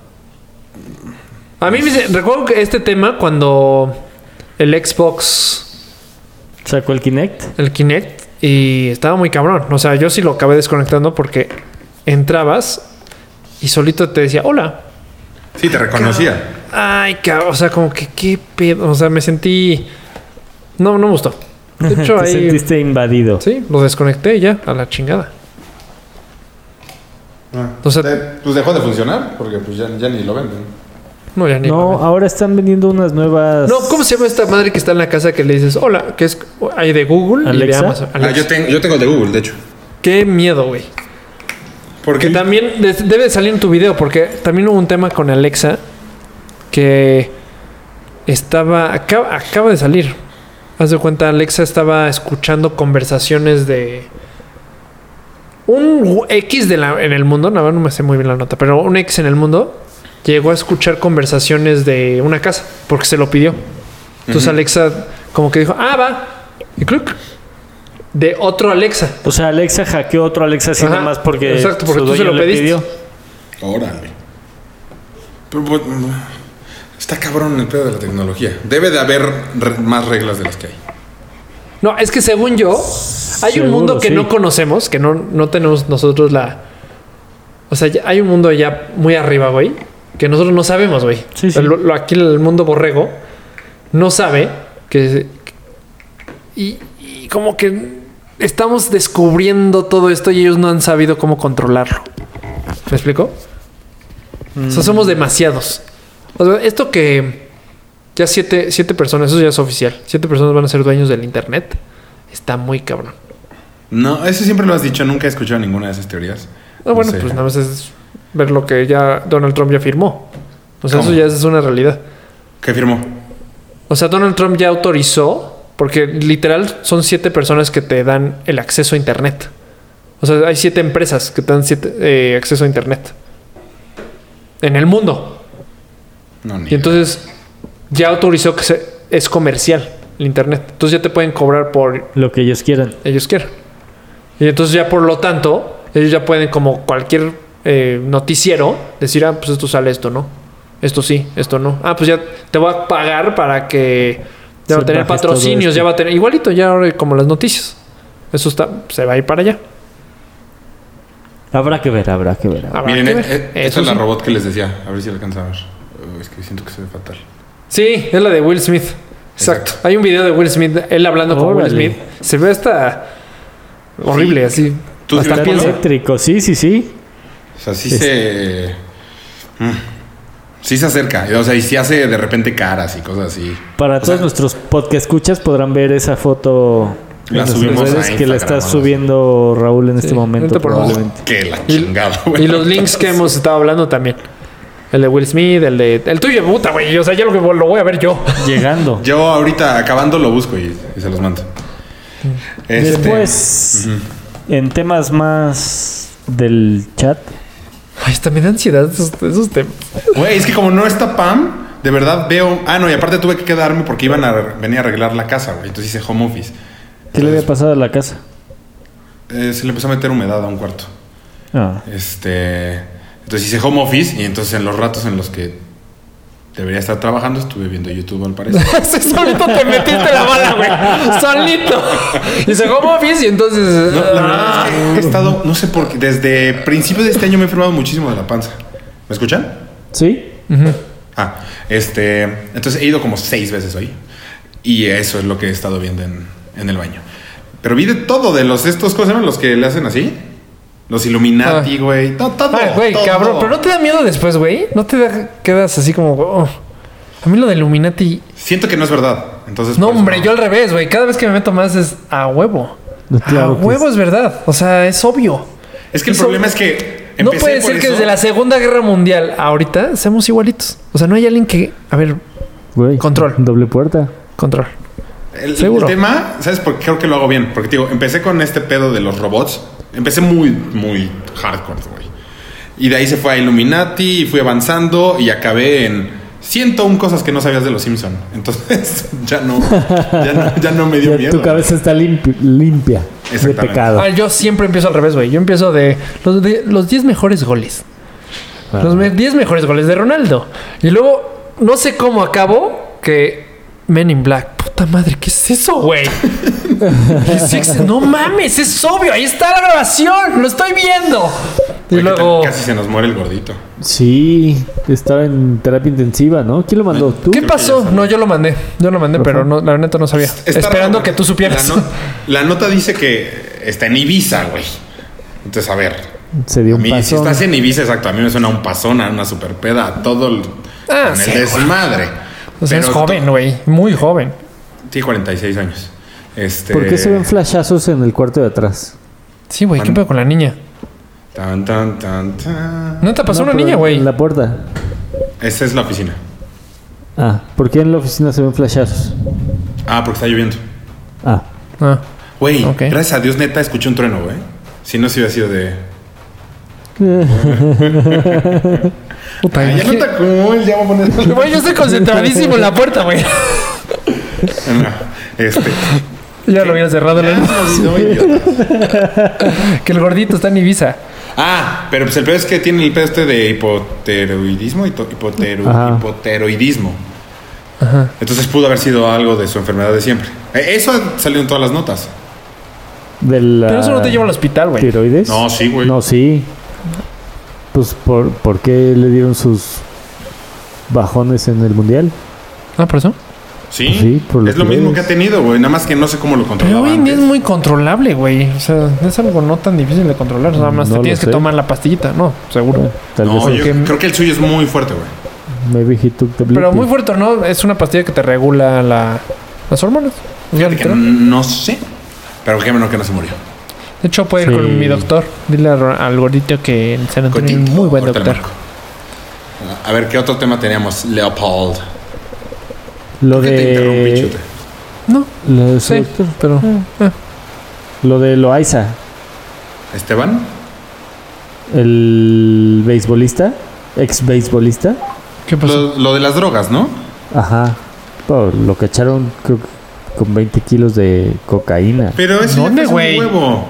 D: A mí me dice- recuerdo que este tema cuando el Xbox,
C: Sacó el Kinect.
D: el Kinect, y estaba muy cabrón. O sea, yo sí lo acabé desconectando porque entrabas y solito te decía, hola.
B: Sí, te reconocía.
D: Ay, cabrón. O sea, como que qué pedo. O sea, me sentí. No, no me gustó. De hecho,
C: Te
D: ahí.
C: sentiste invadido.
D: Sí, lo desconecté y ya, a la chingada. O sea-
B: Eh, Ah. pues dejó de funcionar porque pues ya, ya ni lo venden.
D: No, ya ni.
C: No, ahora están vendiendo unas nuevas.
D: No, ¿cómo se llama esta madre que está en la casa que le dices hola? Que es hay de Google y de
C: Alexa.
D: Amazon.
B: Ah, yo,
D: Alexa.
B: tengo, yo tengo el de Google, de hecho.
D: Qué miedo, güey.
B: Porque
D: Que también de- debe de salir en tu video, porque también hubo un tema con Alexa que estaba. Acaba, acaba de salir. Haz de cuenta, Alexa estaba escuchando conversaciones de. Un gu- X de la, en el mundo, la verdad no me sé muy bien la nota, pero un X en el mundo llegó a escuchar conversaciones de una casa porque se lo pidió. Entonces Alexa como que dijo, ah, va. Y cluc. De otro Alexa.
C: O sea, Alexa hackeó otro Alexa así
D: Ajá,
C: nada más porque.
D: exacto, porque
C: su
D: tú se
C: dueño
D: lo
C: le
D: pediste.
B: Órale. Pero, pues, mm, está cabrón el pedo de la tecnología. Debe de haber re- más reglas de las que hay.
D: No, es que según yo, hay
C: Seguro,
D: un mundo que
C: sí.
D: no conocemos, que no, no tenemos nosotros la. O sea, ya- hay un mundo ya muy arriba, güey, que nosotros no sabemos, güey.
C: Sí, sí.
D: Lo, lo- aquí el mundo borrego no sabe que. Y, y como que estamos descubriendo todo esto y ellos no han sabido cómo controlarlo. ¿Me explico? O sea,
C: Mm.
D: somos demasiados. O sea, esto que ya siete, siete personas, eso ya es oficial, siete personas van a ser dueños del Internet, está muy cabrón.
B: No, eso siempre lo has dicho. Nunca he escuchado ninguna de esas teorías.
D: Ah, bueno,
B: sé.
D: pues nada más es ver lo que ya Donald Trump ya firmó. O sea,
B: ¿Cómo?
D: eso ya es una realidad.
B: ¿Qué firmó?
D: O sea, Donald Trump ya autorizó, porque literal son siete personas que te dan el acceso a Internet. O sea, hay siete empresas que te dan siete, eh, acceso a Internet. En el mundo.
B: No, ni
D: Y entonces ya autorizó que se- es comercial el Internet. Entonces ya te pueden cobrar por
C: Lo que ellos quieran.
D: ellos quieran. Y entonces ya por lo tanto, ellos ya pueden como cualquier eh, noticiero decir, ah, pues esto sale, esto no. Esto sí, esto no. Ah, pues ya te voy a pagar para que ya va a
C: Sí,
D: tener
C: bajes todo
D: patrocinios,
C: esto.
D: ya va a tener igualito, ya ahora como las noticias. Eso está, se va a ir para allá.
C: Habrá que ver, habrá que ver. habrá-
D: Habrá
B: Miren,
D: que
B: eh,
D: ver.
B: eh, esa
D: Eso
B: es la
D: sí.
B: robot que les decía. A ver si alcanza a ver. Uy, es que siento que se ve fatal.
D: Sí, es la de Will Smith. Exacto.
B: Exacto.
D: Hay un video de Will Smith, él hablando con Will
C: Órale.
D: Smith. Se ve hasta horrible, así.
B: ¿Tú
D: hasta
B: sí ves,
D: piensa.
B: Pablo?
C: Eléctrico, sí, sí, sí.
B: O sea, sí se. Mm. Sí se acerca. O sea, y sí hace de repente caras y cosas así.
C: Para todos
B: sea-
C: nuestros podcast escuchas podrán ver esa foto
B: La
C: nuestras
B: subimos a
C: que la
B: Instagram,
C: está
B: ¿no?
C: subiendo Raúl en este momento
D: ahorita por-
C: probablemente.
B: Que la chingada, güey.
D: Y los links que hemos estado hablando también. El de Will Smith, el de. El tuyo, puta, güey. O sea, ya lo, que- lo voy a ver yo.
C: Llegando.
B: Yo ahorita acabando lo busco y, y se los mando.
D: Mm.
B: Este,
C: Después, en temas más del chat.
D: Ay, hasta me da ansiedad esos, esos temas.
B: Güey, es que como no está Pam, de verdad veo. Ah, no, y aparte tuve que quedarme porque iban a venir a arreglar la casa, güey. Entonces hice home office.
C: ¿Qué le había pasado a la casa?
B: Eh, se le empezó a meter humedad a un cuarto.
C: Ah,
B: Este. Entonces hice home office y entonces en los ratos en los que debería estar trabajando estuve viendo YouTube al parecer.
D: Sí, solito te metiste la bala, güey. Solito. Y se como office y entonces. ah.
B: No, la verdad es que he estado, no sé por qué, desde principios de este año me he enfermado muchísimo de la panza. ¿Me escuchan?
C: ¿Sí?
B: Ah, este. Entonces he ido como seis veces hoy. Y eso es lo que he estado viendo en, en el baño. Pero vi de todo, de los estos, ¿cómo se llaman? Los que le hacen así. Los Illuminati,
D: Ah.
B: güey. No, todo.
D: Ah, güey,
B: todo.
D: cabrón. Pero no te da miedo después, güey. No te da- quedas así como. oh. A mí lo de Illuminati.
B: Siento que no es verdad. Entonces.
D: No,
B: por eso
D: hombre, yo al revés, güey. Cada vez que me meto más es a huevo. a
C: Claro que
D: huevo es verdad. O sea, es obvio.
B: Es que el
D: Eso-
B: problema es que.
D: No
B: empecé
D: puede
B: por
D: ser que
B: eso.
D: desde la Segunda Guerra Mundial a ahorita seamos igualitos. O sea, no hay alguien que. A ver,
C: Güey,
D: Control.
C: Doble puerta.
D: control.
B: El, el
D: Seguro.
B: tema, ¿sabes por qué creo que lo hago bien? Porque te digo, empecé con este pedo de los robots. Empecé muy, muy hardcore, güey. Y de ahí se fue a Illuminati y fui avanzando y acabé en 101 cosas que no sabías de los Simpson. Entonces ya no, ya no, ya no me dio
C: Ya
B: miedo.
C: tu cabeza está limpi- limpia de
B: Exactamente.
C: pecado.
D: Ah, yo siempre empiezo al revés, güey. Yo empiezo de los, de los 10 mejores goles.
C: Ah.
D: Los me- 10 mejores goles de Ronaldo. Y luego, no sé cómo acabo que Men in Black. Puta madre, ¿qué es eso, güey? Y sí ex- no mames, es obvio. Ahí está la grabación. Lo estoy viendo. Y
B: Oye, ¿qué tal?
D: luego...
B: Casi se nos muere el gordito.
C: Sí, estaba en terapia intensiva, ¿no? ¿Quién lo mandó? ¿Tú?
D: ¿Qué pasó? No, yo lo mandé. Yo lo mandé, pero no, la neta no sabía.
B: Está
D: Esperando
B: raro,
D: que tú supieras.
B: La, no- la nota dice que está en Ibiza, güey. Entonces, a ver.
C: Se dio
B: A
C: un
B: mí, si
C: paso.
B: estás en Ibiza, exacto, a mí me suena un pasón, a una super peda, a todo el,
D: Ah,
B: con el
D: sí,
B: desmadre.
D: O sea, es
B: Pero
D: joven,
B: to-
D: güey. Muy joven.
B: Tiene 46 años. Este,
C: ¿Por qué se ven flashazos en el cuarto de atrás?
D: Sí, güey. ¿Qué
B: Bueno.
D: pedo con la niña?
B: Tan, tan, tan, tan.
D: ¿No te pasó
C: Ah,
D: una
C: No, pero
D: niña,
C: en-
D: güey?
C: En la puerta.
B: Esa es la oficina.
C: Ah, ¿por qué en la oficina se ven flashazos?
B: Ah, porque está lloviendo.
C: Ah,
D: Ah.
B: Güey,
D: Ok.
B: gracias a Dios, neta, escuché un trueno, güey. Si no, se hubiera sido de.
D: Puta,
B: "Ay, ya no
D: imagínate-
B: está cool, ya voy a poner.
D: Güey, yo estoy concentradísimo en la puerta, güey.
B: Ah, este.
D: Ya lo hubiera cerrado.
B: Ya
D: la-
B: se olvidó, idiota.
D: Que el gordito está en Ibiza.
B: Ah, pero pues el pedo es que tiene el pedo este de hipoteroidismo, hito- hipotero-
C: Ajá.
B: hipoteroidismo. Entonces pudo haber sido algo de su enfermedad de siempre. Eh, Eso salió en todas las notas.
C: de la...
D: Pero eso no te lleva al hospital, güey.
C: ¿Tiroides?
B: No, sí, güey.
C: No, sí. Pues, ¿por, ¿por qué le dieron sus bajones en el mundial?
D: Ah, por eso.
B: Sí,
C: Pues sí, por lo
B: es lo
C: que
B: mismo
C: ves.
B: que ha tenido, güey. Nada más que no sé cómo lo
D: Pero
B: controlaba
D: hoy en día es
B: antes.
D: muy controlable, güey. O sea, es algo no tan difícil de controlar. Nada más
C: No
D: te
C: lo
D: tienes que
C: sé.
D: tomar la pastillita, ¿no? Seguro.
C: Tal
B: No,
C: vez.
B: yo
D: que-
B: creo que el suyo es muy fuerte, güey.
C: Maybe he took the
D: Pero
C: bleep.
D: muy fuerte, ¿no? Es una pastilla que te regula la- las hormonas. Ya,
B: De que
D: literal.
B: no sé. Pero qué bueno que no se murió.
D: De hecho, puede ir
C: Sí.
D: con mi doctor. Dile a Ro- al gordito que en San Antonio hay un
B: Cortito,
D: muy buen
B: ahorita le
D: doctor.
B: marco. A ver, ¿qué otro tema teníamos? Leopold.
C: Lo
B: ¿Qué te interrumpí,
C: de...
B: chute?
D: No,
C: Lo de,
D: sí, Ah, pero...
C: lo de Loaiza,
B: ¿Esteban?
C: el beisbolista, ex beisbolista.
D: ¿Qué
C: Pues
D: pasó?
B: Lo, lo de las drogas, ¿no?
C: Ajá. Po, lo cacharon, creo que con 20 kilos de cocaína.
B: Pero eso
D: ¿Dónde,
B: ya fue
D: güey?
B: un huevo.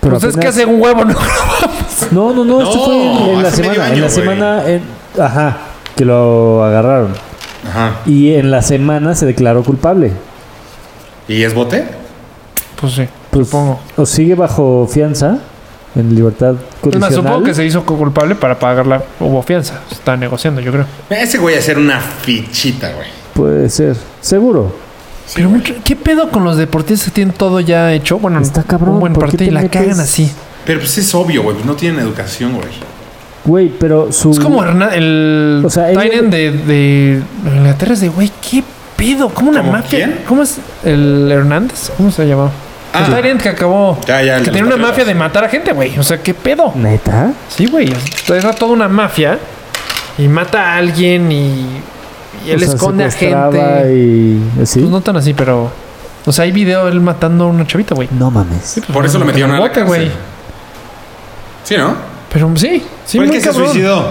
C: Pero
D: Pues es que
C: apenas-
D: hace un huevo, ¿no?
C: No, no, no,
B: No,
C: esto fue en, en la
B: hace medio
C: semana.
B: año,
C: en la
B: güey.
C: semana. en- ajá, que lo agarraron.
B: Ajá.
C: Y en la semana se declaró culpable.
B: ¿Y es bote?
D: Pues sí.
C: Pues,
D: Supongo.
C: O sigue bajo fianza, en libertad
D: Es más,
C: condicional.
D: supongo que se hizo culpable para pagar la hubo fianza. Está negociando, yo creo.
B: Ese güey hacer una fichita, güey.
C: Puede ser. Seguro.
D: Pero mucho- ¿qué pedo con los deportistas que tienen todo ya hecho? Bueno,
C: Está cabrón,
D: un buen
C: ¿por qué
D: parte
C: te
D: y la
C: metes?
D: cagan así.
B: Pero pues es obvio, güey. pues No tienen educación, güey.
C: Güey, pero su...
D: Es como Herna- el
C: O sea, él-
D: Tyrion de, de Inglaterra es de güey, ¿qué pedo? ¿Cómo una
B: ¿Cómo
D: mafia?
B: quién?
D: ¿Cómo es el Hernández? ¿Cómo se llamaba?
B: Ah.
D: el Tyrant que acabó.
B: Ya, ya, el
D: que
B: de
D: tenía
B: los
D: una
B: Patriotas.
D: mafia de matar a gente, güey. O sea, ¿qué pedo?
C: ¿Neta?
D: Sí, güey. Era toda una mafia y mata a alguien y, y él
C: O sea,
D: esconde a
C: secuestraba
D: gente.
C: y... ¿sí?
D: Pues no tan así, pero. O sea, hay video él matando a una chavita, güey. pues,
C: No mames.
B: Por eso lo metieron a la
D: bote, güey.
B: cárcel. Sí, ¿no?
D: Pero sí, sí,
B: Fue el
D: muy
B: que
D: cabrón.
B: se suicidó.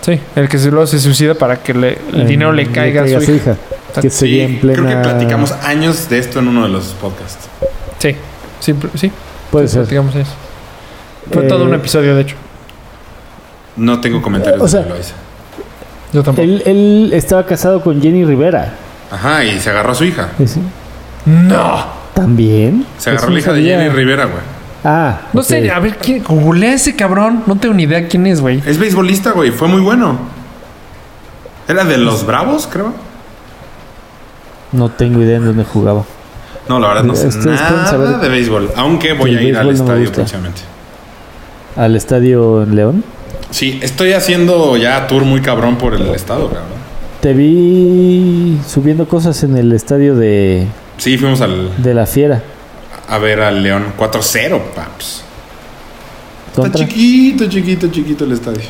D: Sí, el que se, luego se suicida para que le- el dinero le
C: Eh,
D: caiga, a su hija.
C: Que
D: Sí,
C: sería en plena...
B: Creo que platicamos años de esto en uno de los podcasts.
D: Sí, sí, pr- sí,
C: Puede ser.
D: digamos eso. Fue
C: Eh,
D: todo un episodio, de hecho.
B: No tengo comentarios
C: O sea-
B: de lo hice.
D: Yo tampoco.
C: Él, él estaba casado con Jenny Rivera.
B: Ajá, y se agarró a su hija.
C: ¿Ese?
D: No,
C: ¿También?
B: Se agarró
C: Eso
B: a la
C: no
B: hija de
C: sabía.
B: Jenny Rivera, güey.
C: Ah.
D: no
C: ok.
D: sé, a ver, ¿quién? Googlea ese cabrón. No tengo ni idea quién es, güey.
B: Es beisbolista, güey. Fue muy bueno. Era de los Bravos, creo.
C: No tengo idea en dónde jugaba.
B: No, la verdad no sé
C: Ustedes pueden
B: nada
C: saber
B: de béisbol. Aunque voy
C: el
B: a ir al
C: béisbol no me
B: estadio
C: gusta.
B: próximamente.
C: ¿Al estadio en León?
B: Sí, estoy haciendo ya tour muy cabrón por el estado, cabrón.
C: Te vi subiendo cosas en el estadio de,
B: Sí, fuimos al,
C: de la Fiera.
B: a ver al León 4-0, paps. Está
C: Contra.
B: chiquito, chiquito, chiquito el estadio.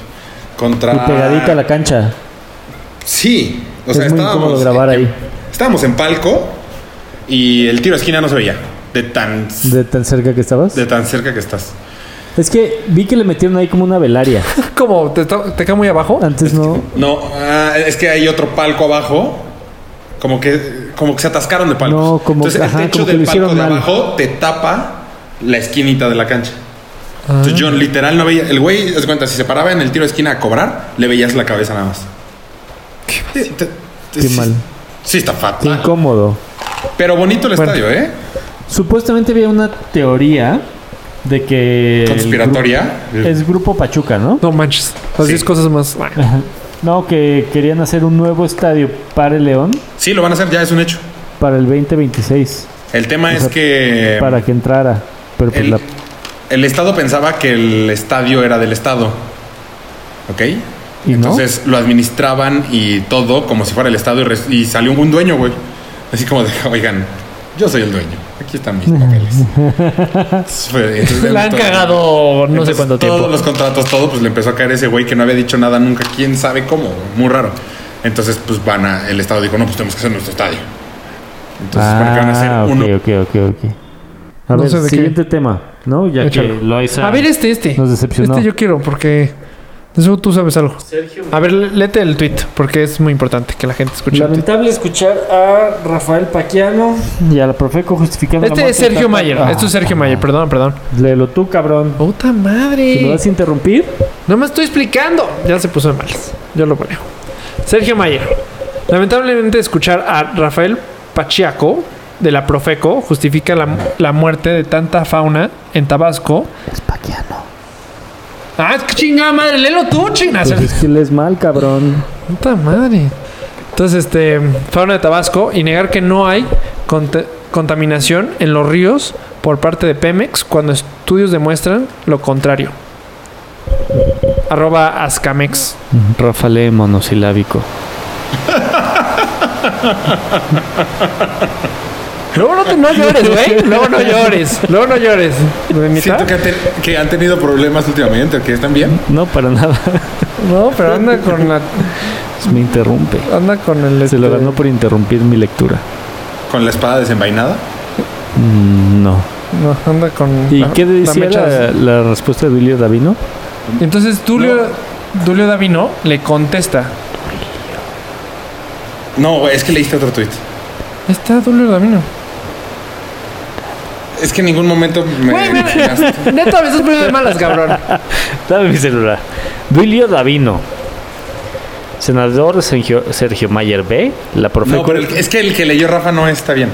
B: Contra.
C: Y pegadita a la cancha.
B: Sí, o sea,
C: es muy
B: estábamos.
C: incómodo grabar ahí.
B: Estábamos en palco y el tiro a esquina no se veía. De tan,
C: De tan cerca que estabas.
B: de tan cerca que estás.
C: Es que vi que le metieron ahí como una velaria.
D: Como te, to- te cae muy abajo.
C: Antes no.
B: No, ah, es que hay otro palco abajo. Como que, como que se atascaron de palcos.
C: No, como-
B: Entonces
C: ajá,
B: el techo
C: como que
B: del
C: lo
B: palco de
C: hicieron mal.
B: abajo te tapa la esquinita de la cancha.
D: Ah,
C: Ah.
B: Entonces John literal no veía. El güey, haz de cuenta, si se paraba en el tiro de esquina a cobrar, le veías la cabeza nada más. Qué,
C: Qué mal.
B: Sí, está fatal.
C: Incómodo.
B: Pero bonito el estadio, ¿eh?
C: Supuestamente había una teoría de que. el
B: Conspiratoria.
C: gru- es Grupo Pachuca, ¿no?
D: No manches. Las
B: Sí.
D: 10 cosas más.
C: Ajá. No, que querían hacer un nuevo estadio para el León
B: Sí, lo van a hacer, ya es un hecho.
C: para el 2026.
B: El tema
C: O
B: es
C: sea,
B: que
C: para que entrara. Pero pues
B: Em, el,
C: la-
B: el Estado pensaba que el estadio era del Estado. ¿Ok?
C: ¿Y no?
B: Entonces lo administraban y todo como si fuera el Estado y, res- y salió un dueño, güey. Así como de, oigan, yo soy el dueño. Aquí están mis papeles. Entonces, fue- entonces,
D: La han
B: todo-
D: cagado no sé
B: entonces,
D: cuánto tiempo.
B: Todos los contratos, todo, pues le empezó a caer ese güey que no había dicho nada nunca, quién sabe cómo, güey, muy raro. Entonces, pues van a, el Estado dijo, no, pues tenemos que hacer nuestro estadio. Entonces, ¿para qué van a hacer
C: Ah,
B: uno?
C: ok, ok, ok, ok. A
D: No
C: ver,
D: sé de qué.
C: siguiente tema, ¿no? Ya
D: Échalo.
C: que Loaiza
D: A ver, este, este.
C: nos decepcionó.
D: Este yo quiero porque. De seguro tú sabes algo. A ver, lé- léete el tweet porque es muy importante que la gente escuche. el tweet.
C: Lamentable escuchar a Rafael Paquiano y a la Profeco justificando la
D: Este
C: muerte
D: es
C: de
D: Sergio
C: Tata.
D: Mayer.
C: Ah,
D: Esto es Sergio Mayer, perdón, perdón.
C: Léelo tú, cabrón.
D: ¡Puta
C: Si ¿Me
D: madre!
C: vas a interrumpir?
D: No me estoy explicando. Ya se puso de malas. Yo lo manejo. Sergio Mayer. Lamentablemente escuchar a Rafael Pachiaco de la Profeco justifica la, la muerte de tanta fauna en Tabasco.
C: Es Paquiano.
D: Ah, es que chingada madre, léelo tú, chingada.
C: Pues es que lees mal, cabrón.
D: Puta madre. Entonces, este, fauna de Tabasco y negar que no hay cont- contaminación en los ríos por parte de Pemex cuando estudios demuestran lo contrario. Arroba Ascamex.
C: Rafa lee monosilábico.
D: Luego no, te, no llores, güey. Luego no llores. Luego no llores. ¿Renita?
B: Siento que, han te- que han tenido problemas últimamente, ¿o que están bien.
C: No, para nada.
D: No, pero anda con la.
C: Me interrumpe.
D: Anda con el.
C: Se lo
D: este,
C: ganó por interrumpir mi lectura.
B: Con la espada desenvainada.
C: Mm, No.
D: No, anda con.
C: ¿Y
D: la-
C: qué
D: la
C: decía
D: mecha.
C: la, la respuesta de Julio Davino?
D: Entonces, Tulio, Tulio Davino le contesta.
B: No, güey, es que leíste otro tweet.
D: Ahí Está Tulio Davino.
B: Es que en ningún momento me
D: Güey, mira.
B: enseñaste.
D: Neta, me estás poniendo de malas, cabrón.
C: Dame mi celular. Duilio Davino. Senador Sergio, Sergio Mayer B. La profe.
B: No, pero el- es que el que leyó Rafa no está bien.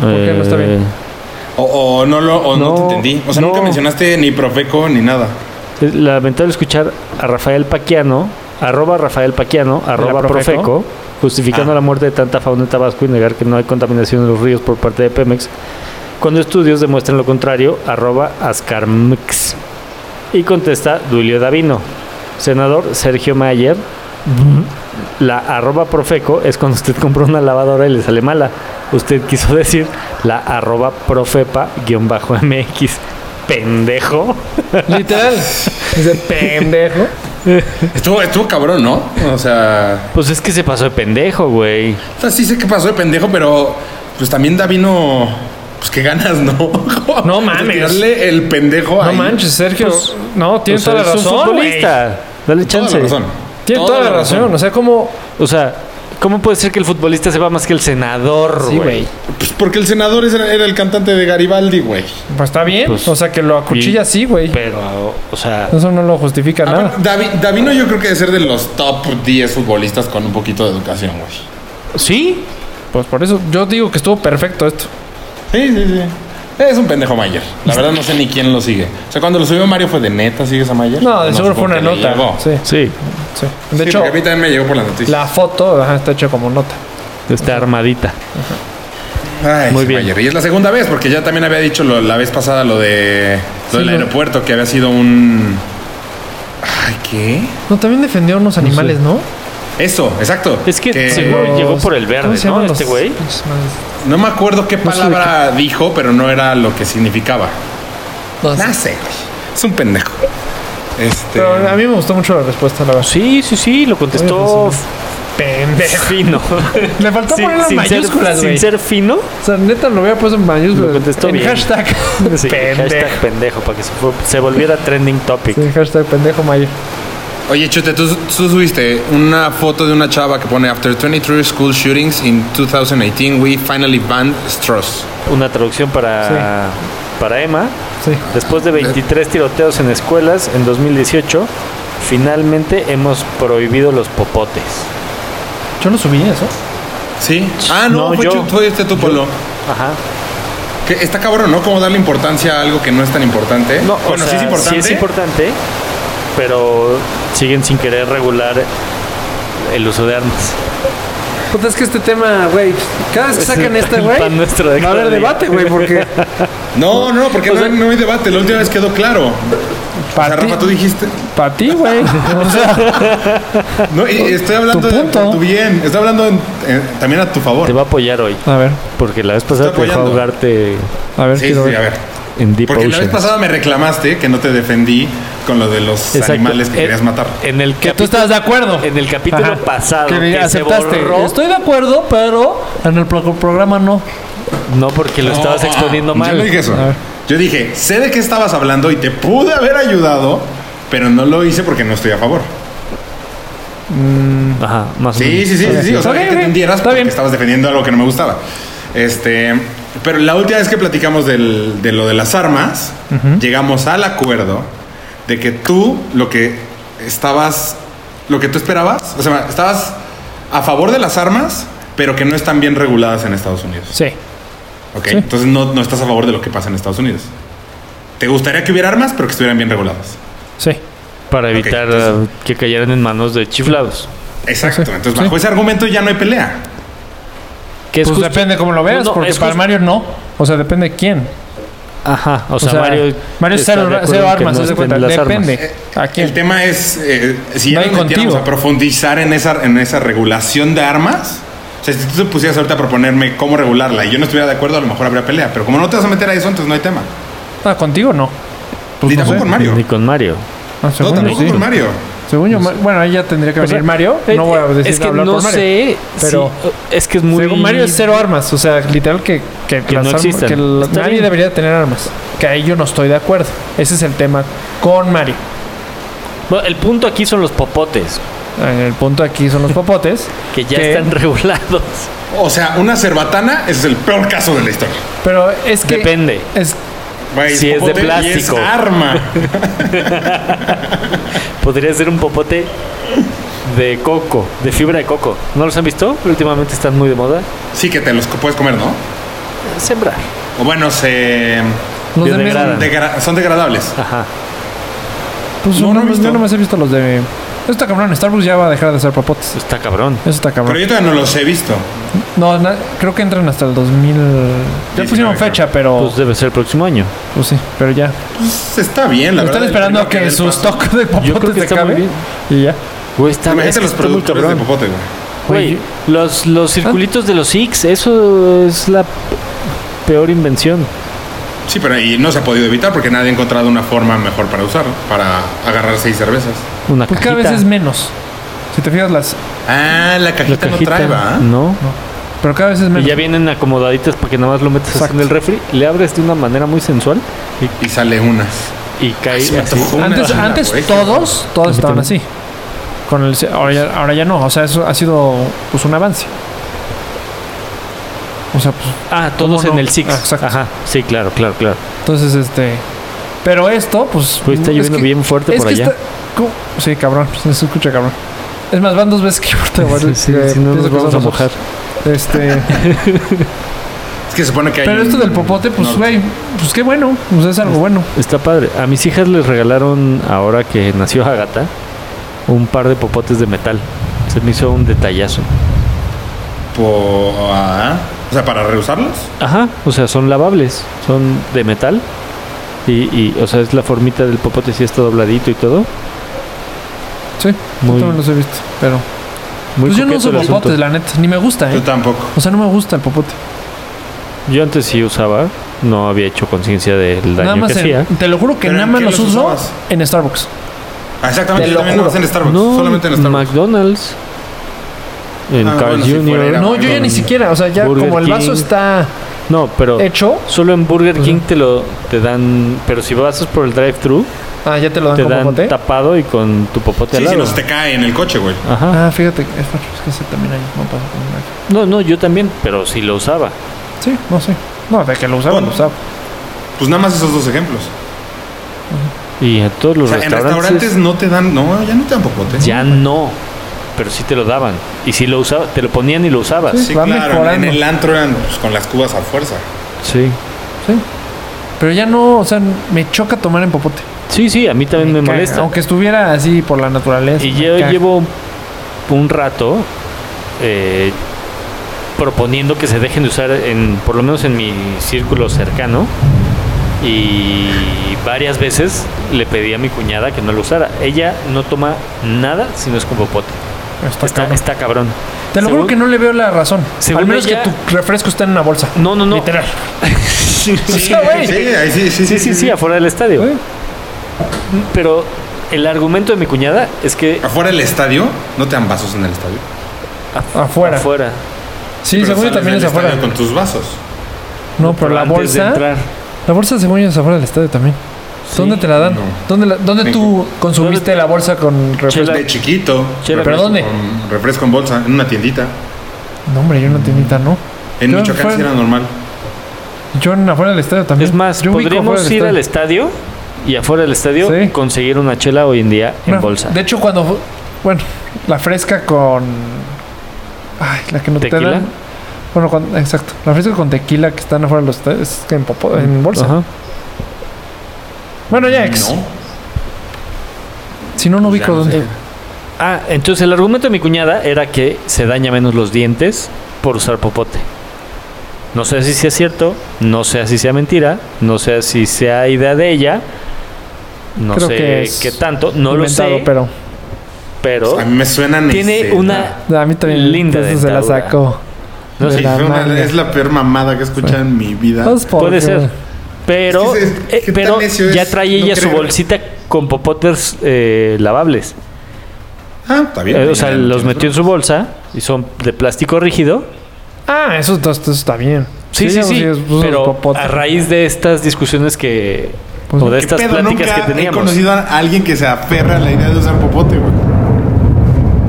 D: qué no está bien?
B: O, o no lo o no,
C: No,
B: te entendí. O sea,
C: no.
B: nunca mencionaste ni Profeco ni nada.
C: Es lamentable escuchar a Rafael Paquiano, arroba Rafael Paquiano, arroba
D: Profeco?
C: Profeco, justificando
B: Ah.
C: la muerte de tanta fauna en Tabasco y negar que no hay contaminación en los ríos por parte de Pemex, cuando estudios demuestran lo contrario, arroba Ascarmx. Y contesta Duilio Davino, senador Sergio Mayer. La arroba profeco es cuando usted compra una lavadora y le sale mala. Usted quiso decir la arroba profepa-mx. Pendejo.
D: Literal. Dice pendejo.
B: Estuvo, estuvo cabrón, ¿no? O sea,
C: Pues es que se pasó de pendejo, güey.
B: o sea, sí sé que pasó de pendejo, pero pues también Davino, pues qué ganas, ¿no?
D: No mames.
B: Tirarle el pendejo
D: No
B: ahí.
D: manches, Sergio.
C: Pues,
D: no, tiene
C: O sea,
D: toda la
C: es
D: razón.
C: un
D: güey.
C: futbolista. Dale
B: Toda
C: chance.
B: la razón.
D: Tiene toda, la razón. O sea, como.
C: O sea, ¿cómo puede ser que el futbolista sepa más que el senador,
D: Sí,
C: güey?
D: güey.
B: Pues porque el senador era, era el cantante de Garibaldi, güey.
D: Pues está bien.
C: Pues,
D: o sea, que lo acuchilla
C: y-
D: así, güey.
C: Pero, o sea,
D: Eso no lo justifica
B: Ah,
D: nada.
B: bueno, Davi- Davino yo creo que debe ser de los top 10 futbolistas con un poquito de educación, güey.
C: sí.
D: Pues por eso yo digo que estuvo perfecto esto.
B: Sí, sí, sí. Es un pendejo Mayer. La verdad no sé ni quién lo sigue. O sea, cuando lo subió Mario fue de neta, ¿sigues a Mayer?
D: No, de
B: sé
D: seguro fue
B: por
D: una
B: qué le
D: nota.
B: llegó.
D: Sí.
C: Sí.
D: Sí.
B: Sí,
D: De hecho,
B: porque a mí también me llegó por la noticia.
D: la foto ajá, está hecha como nota.
C: Está armadita.
B: Ay,
C: Muy
B: sí,
C: bien.
B: Mayer. Y es la segunda vez, porque ya también había dicho lo- la vez pasada lo de lo
D: Sí,
B: del
D: lo-
B: aeropuerto, que había sido un. Ay, ¿qué?
D: No, también defendió unos animales, ¿no?
B: Eso, exacto.
C: Es que
D: Los-
C: Sí, güey, llegó por el verde,
D: ¿cómo se
C: ¿no?
D: llaman
C: Este
D: los
C: güey.
D: pinches madres?
B: no me acuerdo qué
D: No sé de
B: palabra dijo, pero no era lo que significaba.
D: No sé.
B: Nace. Es un pendejo. Este.
D: Pero a mí me gustó mucho la respuesta, la verdad.
C: Sí, sí, sí, lo contestó
D: Oye, pues, Pendejo.
C: fino.
D: Le faltó
C: Sin-
D: poner las
C: sin ser-
D: mayúsculas, güey.
C: Sin ser fino.
D: O sea, neta, lo hubiera puesto en mayúsculas.
C: Lo contestó
D: en
C: bien.
D: hashtag.
C: Sí,
D: pendejo.
C: hashtag pendejo, para que se, fue- se volviera trending topic.
D: Sí, hashtag pendejo mayor.
B: Oye, Chute, tú, tú subiste una foto de una chava que pone After 23 school shootings in 2018, we finally banned straws.
C: Una traducción para, para Emma.
D: Sí.
C: Después de 23 tiroteos en escuelas en 2018, finalmente hemos prohibido los popotes.
D: Yo no subí eso.
B: ¿Sí? Ah, no,
C: No,
B: fue,
C: yo.
B: Chu- fue este tu polo.
C: Ajá.
B: Que está cabrón, ¿no? Como darle importancia a algo que no es tan importante.
C: No,
B: bueno,
C: o sea,
B: sí es importante.
C: sí es importante, pero siguen sin querer regular el uso de armas.
A: Puta, es que este tema, güey, cada vez que sacan este, güey,
C: pan nuestro de
A: va a haber
C: cada día.
A: debate, güey, porque
B: No, no, porque no, hay- no hay debate. La última vez quedó claro. O sea,
D: Para ti,
B: Rafa, tú dijiste.
D: pa' ti, güey. O sea,
B: No, y- y estoy hablando de
D: punto.
B: por tu bien. Estoy hablando en- eh, también a tu favor.
C: Te va a apoyar hoy,
D: a ver,
C: porque la vez pasada
B: Está
C: te dejó
B: apoyando.
C: ahogarte
D: a ver,
B: Sí, sí,
D: quiero
B: a
D: ver.
B: ver.
C: en Deep
B: Porque la
C: Ocean.
B: vez pasada me reclamaste que no te defendí con lo de los
C: Exacto.
B: animales que
C: Eh,
B: querías matar.
C: En el
D: Que tú
C: capítulo,
D: estabas de acuerdo.
C: en el capítulo
D: Ajá.
C: pasado
D: Que
C: que, se
D: aceptaste.
C: borró,
D: Estoy de acuerdo, pero en el pro- programa no.
C: no porque lo estabas
B: No, ah,
C: exponiendo mal.
B: Yo no dije eso.
D: A ver.
B: Yo dije, sé de qué estabas hablando y te pude haber ayudado, pero no lo hice porque no estoy a favor.
C: Ajá, más o menos.
B: Sí, sí, sí, sí, sí. O sea,
D: Mm. Ok,
B: que
D: ok,
B: te entendieras
D: está
B: porque
D: bien.
B: estabas defendiendo algo que no me gustaba. Este, pero la última vez que platicamos del- de lo de las armas, llegamos al acuerdo de que tú lo que estabas, lo que tú esperabas, o sea, estabas a favor de las armas, pero que no están bien reguladas en Estados Unidos.
D: Sí.
B: Ok, entonces no, no estás a favor de lo que pasa en Estados Unidos. Te gustaría que hubiera armas, pero que estuvieran bien reguladas.
D: Sí.
C: Para evitar
B: entonces-
C: uh, que cayeran en manos de chiflados.
B: Exacto, entonces bajo ese argumento ya no hay pelea.
C: Que es
D: Pues
C: justo-
D: depende cómo lo veas,
C: No, no,
D: porque
C: es
D: para
C: justo-
D: Mario no. O sea, depende de quién.
C: Ajá, o, sea,
D: sea,
C: Mario.
D: Mario
C: está
D: cero-
C: de acuerdo
D: cero
C: en que
D: armas,
C: no
D: haz de
C: estén
D: cuenta,
C: las armas.
D: depende.
B: Eh,
D: ¿A quién?
B: El tema es eh, si
D: No
B: ya
D: hay
B: nos metiéramos
D: contigo.
B: a profundizar en esa, en esa regulación de armas. O sea, si tú te pusieras ahorita a proponerme cómo regularla y yo no estuviera de acuerdo, a lo mejor habría pelea. Pero como no te vas a meter a eso, entonces no hay tema.
D: Ah, contigo no.
B: Pues Ni
D: no
B: tampoco
D: sé.
B: con Mario.
C: Ni con Mario.
D: Ah,
B: No,
D: según yo
B: tampoco
D: sí.
B: con Mario.
D: Según yo, Ma- bueno, ahí ya tendría que
C: O sea,
D: venir Mario.
C: Eh,
D: No voy a
C: eh,
D: decir
C: es que
D: hablar
C: no
D: por Mario.
C: sé.
D: pero-
C: si- es que es muy.
D: Según Mario es cero armas, o sea, literal que, que,
C: Que
D: las
C: no
D: armas-
C: existen.
D: que la-
C: Está
D: nadie
C: bien.
D: debería tener armas. Que ahí yo no estoy de acuerdo. Ese es el tema con Mario.
C: Bueno, el punto aquí son los popotes,
D: En el punto aquí son los popotes,
C: que ya
D: ¿Qué?
C: están regulados.
B: O sea, una cerbatana ese es el peor caso de la historia.
D: pero es que
C: Depende.
D: es
B: Güey,
C: Si es de
B: popote y
C: plástico.
B: es arma.
C: Podría ser un popote de coco, de fibra de coco. ¿No los han visto? Últimamente están muy de moda.
B: Sí que te los co- puedes comer, ¿no?
C: Sembrar.
B: O bueno, se
D: los de
C: Biodegradan.
D: Mesa-
B: degra- son degradables.
C: Ajá.
D: pues,
B: No,
D: no,
B: no he visto.
D: Yo no me he visto los de. Esto está cabrón. Starbucks ya va a dejar de hacer popotes.
C: Está cabrón.
D: Eso está cabrón.
B: Pero yo todavía no los he visto.
D: No, na- creo que entran hasta el 2000. Ya
B: 19,
D: pusieron fecha, pero.
C: Pues
D: Pues,
C: debe ser el próximo año.
D: sí, pero ya.
B: Pues está bien, la
D: Están
B: verdad.
D: esperando a
B: Primero
D: que
B: dé el
D: su
B: paso.
D: stock de
C: Yo creo
D: popotes
C: que
D: se
C: está
D: acabe.
C: muy bien. Pues
D: Y ya.
C: Güey, está,
B: Imagínate
C: es que
B: los
C: está muy
B: productores de
C: cabrón.
B: popote, güey.
C: Güey, los, los circulitos de los X, eso es la p- peor invención.
B: Sí, pero y no se ha podido evitar porque nadie ha encontrado una forma mejor para usarlo, para agarrar seis cervezas.
C: Una
D: Pues cada
C: cajita.
D: vez es menos. Si te fijas, las.
B: Ah, la
C: La
B: cajita,
C: cajita,
B: no trae, ¿va?
C: ¿no?
D: Pero cada vez es
C: Y
D: menos.
C: ya vienen acomodaditas para que nada más lo metas así en
D: Exacto.
C: el refri, le abres de una manera muy sensual
B: Y sale una.
C: y cae
B: Se Ah, me
C: así.
B: antojó una
D: Antes,
B: banana,
D: antes
B: güey.
D: todos, todos estaban así. Con el, ahora, ya, ahora ya no. O sea, eso ha sido pues, un avance. O sea, pues,
C: Ah, todos
D: ¿Cómo
C: en
D: no?
C: el Six.
D: Ah, exacto.
C: Ajá, sí, claro, claro, claro.
D: entonces este. Pero esto, pues.
C: Pues está
D: es
C: lloviendo
D: que-
C: bien fuerte
D: es
C: por
D: que
C: allá.
D: está- ¿cómo? Sí, cabrón. Se escucha cabrón. Es más, van dos veces que yo te voy a-
C: Sí, sí,
D: que
C: si no
D: eh, pienso
C: nos
D: que
C: vamos a
D: son los-
C: mojar.
D: Este.
B: Es que se supone que hay
D: Pero
B: un-
D: esto del popote, pues,
B: no,
D: güey, pues qué bueno. Pues es algo bueno.
C: Está padre. A mis hijas les regalaron, ahora que nació Agatha, un par de popotes de metal. Se me hizo un detallazo.
B: Por- ah, o sea, para reusarlos.
C: Ajá, o sea, son lavables, son de metal. Y, y, o sea, es la formita del popote, si está dobladito y todo.
A: Sí,
C: Muy-
A: yo también los he visto, pero...
C: Muy
D: Pues yo no
C: coqueto
D: uso
C: el asunto.
D: popotes, la neta. Ni me gusta,
B: Yo
D: ¿eh?
B: tampoco.
D: O sea, no me gusta el popote.
C: Yo antes sí usaba, no había hecho conciencia del
D: Nada
C: daño
D: más.
C: que ¿eh?
D: en-
C: hacía.
D: te lo juro que
B: ¿Pero
D: nada
B: en
D: más
B: qué
D: los
B: los
D: uso
B: usabas?
D: en Starbucks.
B: Ah, Exactamente,
D: Te
B: yo
D: lo
B: también nada más
D: juro.
B: en Starbucks.
C: No,
B: solamente en Starbucks.
C: McDonald's. En
B: Ah,
C: Carl
B: bueno, si
C: Jr.
B: fuera-
D: No, yo ya
B: con
D: ni siquiera. O sea, ya
C: Burger
D: como el vaso
C: King.
D: está
C: No, pero
D: hecho,
C: solo en Burger
D: Ujú.
C: King te lo te dan, pero si vas por el drive-thru
D: ah, ya te lo dan
C: te
D: como
C: dan
D: popote.
C: tapado y con tu popote al
B: Sí, si
C: lado.
B: no se te cae en el coche, güey.
C: Ajá.
D: Ah, fíjate, es es que ese también ahí no pasa con nada.
C: No, no, yo también, pero sí lo usaba.
D: Sí, no sé. No, de que lo usaba,
B: Bueno.
D: lo usaba.
B: Pues nada más esos dos ejemplos.
C: Y en todos
B: O
C: los
B: sea, en
C: restaurantes,
B: restaurantes no te dan. No, ya ¿eh? no te dan popote.
C: ya no, pero sí te lo daban y sí lo usaba, te lo ponían y lo usabas.
B: Sí,
D: Va
B: claro. En
D: mejorando.
B: el antro eran pues, con las cubas a fuerza.
C: Sí.
D: Pero ya no, o sea, me choca tomar en popote.
C: Sí, sí, a mí también me,
D: caga,
C: molesta.
D: Aunque estuviera así por la naturaleza.
C: Y
D: me
C: yo
D: caga.
C: llevo un rato eh, proponiendo que se dejen de usar, en, por lo menos en mi círculo cercano. Y varias veces le pedí a mi cuñada que no lo usara. Ella no toma nada si no es con popote.
D: Está
C: Está,
D: cabrón.
C: está cabrón.
D: Te lo juro
C: según-
D: que no le veo la razón.
C: según
D: Al menos
C: ella-
D: que tu refresco está en una bolsa.
C: No, no, no.
D: Literal.
C: Sí,
D: O sea, güey,
B: Sí, ahí sí, sí,
C: sí, sí, sí, afuera del estadio.
D: Güey.
C: Pero el argumento de mi cuñada es que
B: Afuera del estadio, no te dan vasos en el estadio.
D: Afuera.
C: afuera.
D: Sí,
B: Pero
D: según yo
B: sales
D: también
B: del
D: es afuera.
B: estadio Con tus vasos.
D: No, pero la
C: antes de
D: bolsa.
C: entrar.
D: La bolsa según yo es afuera del estadio también. ¿Dónde te la dan?
B: no.
D: ¿Dónde, la- dónde tú consumiste
C: ¿Dónde-
D: la bolsa con refresco?
C: Chela.
B: De chiquito.
C: Chela.
D: ¿Pero dónde?
B: Con refresco en bolsa, en una tiendita.
D: No, hombre, yo no tenía, ¿no?
B: En
D: Yo
B: Michoacán
D: fuera-
B: sí era normal.
D: Yo en afuera del estadio también.
C: Es más,
D: Yo ubico afuera
C: podríamos
D: del
C: ir
D: estadio.
C: al estadio y afuera del estadio
D: Sí.
C: conseguir una chela hoy en día en
D: Bueno,
C: bolsa.
D: De hecho, cuando. fu- Bueno, la fresca con. Ay, la que no te
C: ¿Tequila?
D: dan. Bueno, cuando- exacto. La fresca con tequila que están afuera de los. estadios Es que en, popo- en bolsa.
C: Ajá.
D: Bueno, ya, ex.
B: No.
D: Si no, no ubico
B: no
D: dónde.
C: Ah, entonces el argumento de mi cuñada era que se daña menos los dientes por usar popote. No sé si sea cierto, no sé si sea mentira, no sé si sea idea de ella, no
D: Creo
C: sé
D: que es
C: qué tanto, no lo
D: Inventado,
C: sé, pero,
D: pero.
B: A mí me suenan.
C: ¿Oh? tiene
B: este,
C: una...
D: A mí también.
C: Linda
D: entonces se la
C: dentadura.
D: sacó.
C: No
B: Sí,
D: de la
B: fue una-
D: manga.
B: es la peor mamada que he escuchado en mi vida.
D: Vamos por-
C: Puede ser. Pero,
B: Es que se- ¿qué
C: eh,
B: tan
C: pero
B: necio
C: ya
B: es
C: trae
B: no
C: ella su
B: creer?
C: bolsita con popotes eh, lavables.
B: Ah, está bien.
C: Eh,
B: ya
C: o sea,
B: no
C: los
B: tienes
C: metió en su bolsa y son de plástico rígido.
D: Ah, eso, esto- esto está bien.
C: Sí, sí, sí.
D: pues, es- pues,
C: pero
D: popote.
C: a raíz de estas discusiones que...
D: Pues,
C: o de
D: ¿qué
C: estas
B: pedo?
C: pláticas
B: Nunca
C: que
B: He
C: teníamos.
B: conocido a alguien que se aferra a la idea de usar popote, güey.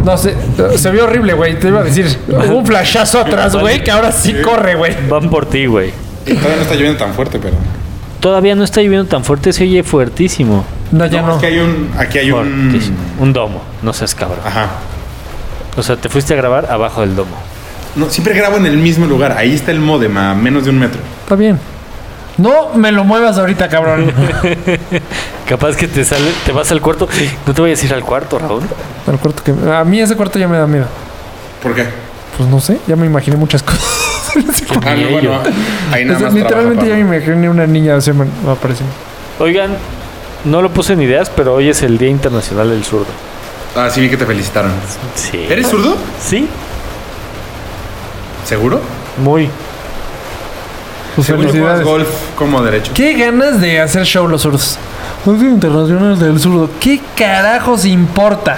D: No, se, se vio horrible, güey. Te iba a decir. Hubo un flashazo atrás, güey, que ahora sí corre, güey.
C: Van por ti, güey.
B: Y todavía no está lloviendo tan fuerte, pero.
C: Todavía no está lloviendo tan fuerte, se oye fuertísimo.
D: No, ya no.
B: Es que hay un. Aquí hay
C: Fuertísimo.
B: un.
C: Un domo, no seas cabrón.
B: Ajá.
C: O sea, te fuiste a grabar abajo del domo.
B: No, siempre grabo en el mismo lugar. Ahí está el modem, a menos de un metro.
D: Está bien. No me lo muevas ahorita, cabrón.
C: Capaz que te sale, te vas al cuarto. No te voy a decir al cuarto, Raúl.
D: El cuarto que- A mí ese cuarto ya me da miedo.
B: ¿Por qué?
D: Pues no sé, ya me imaginé muchas cosas.
B: Ah, no,
C: ello.
B: bueno, ahí nada más.
D: Literalmente ya
B: trabaja
D: me
B: Pablo.
D: imaginé una niña así me me apareció.
C: Oigan, no lo puse en ideas, pero hoy es el Día Internacional del Zurdo.
B: Ah, sí, vi que te felicitaron.
C: Sí.
B: ¿Eres zurdo?
C: Sí,
B: ¿Seguro?
C: muy.
D: Pues
B: Según yo juegas
D: felicidades.
B: golf como derecho.
D: Qué ganas de hacer show los zurdos. Los Día internacional del zurdo. ¿Qué carajos importa?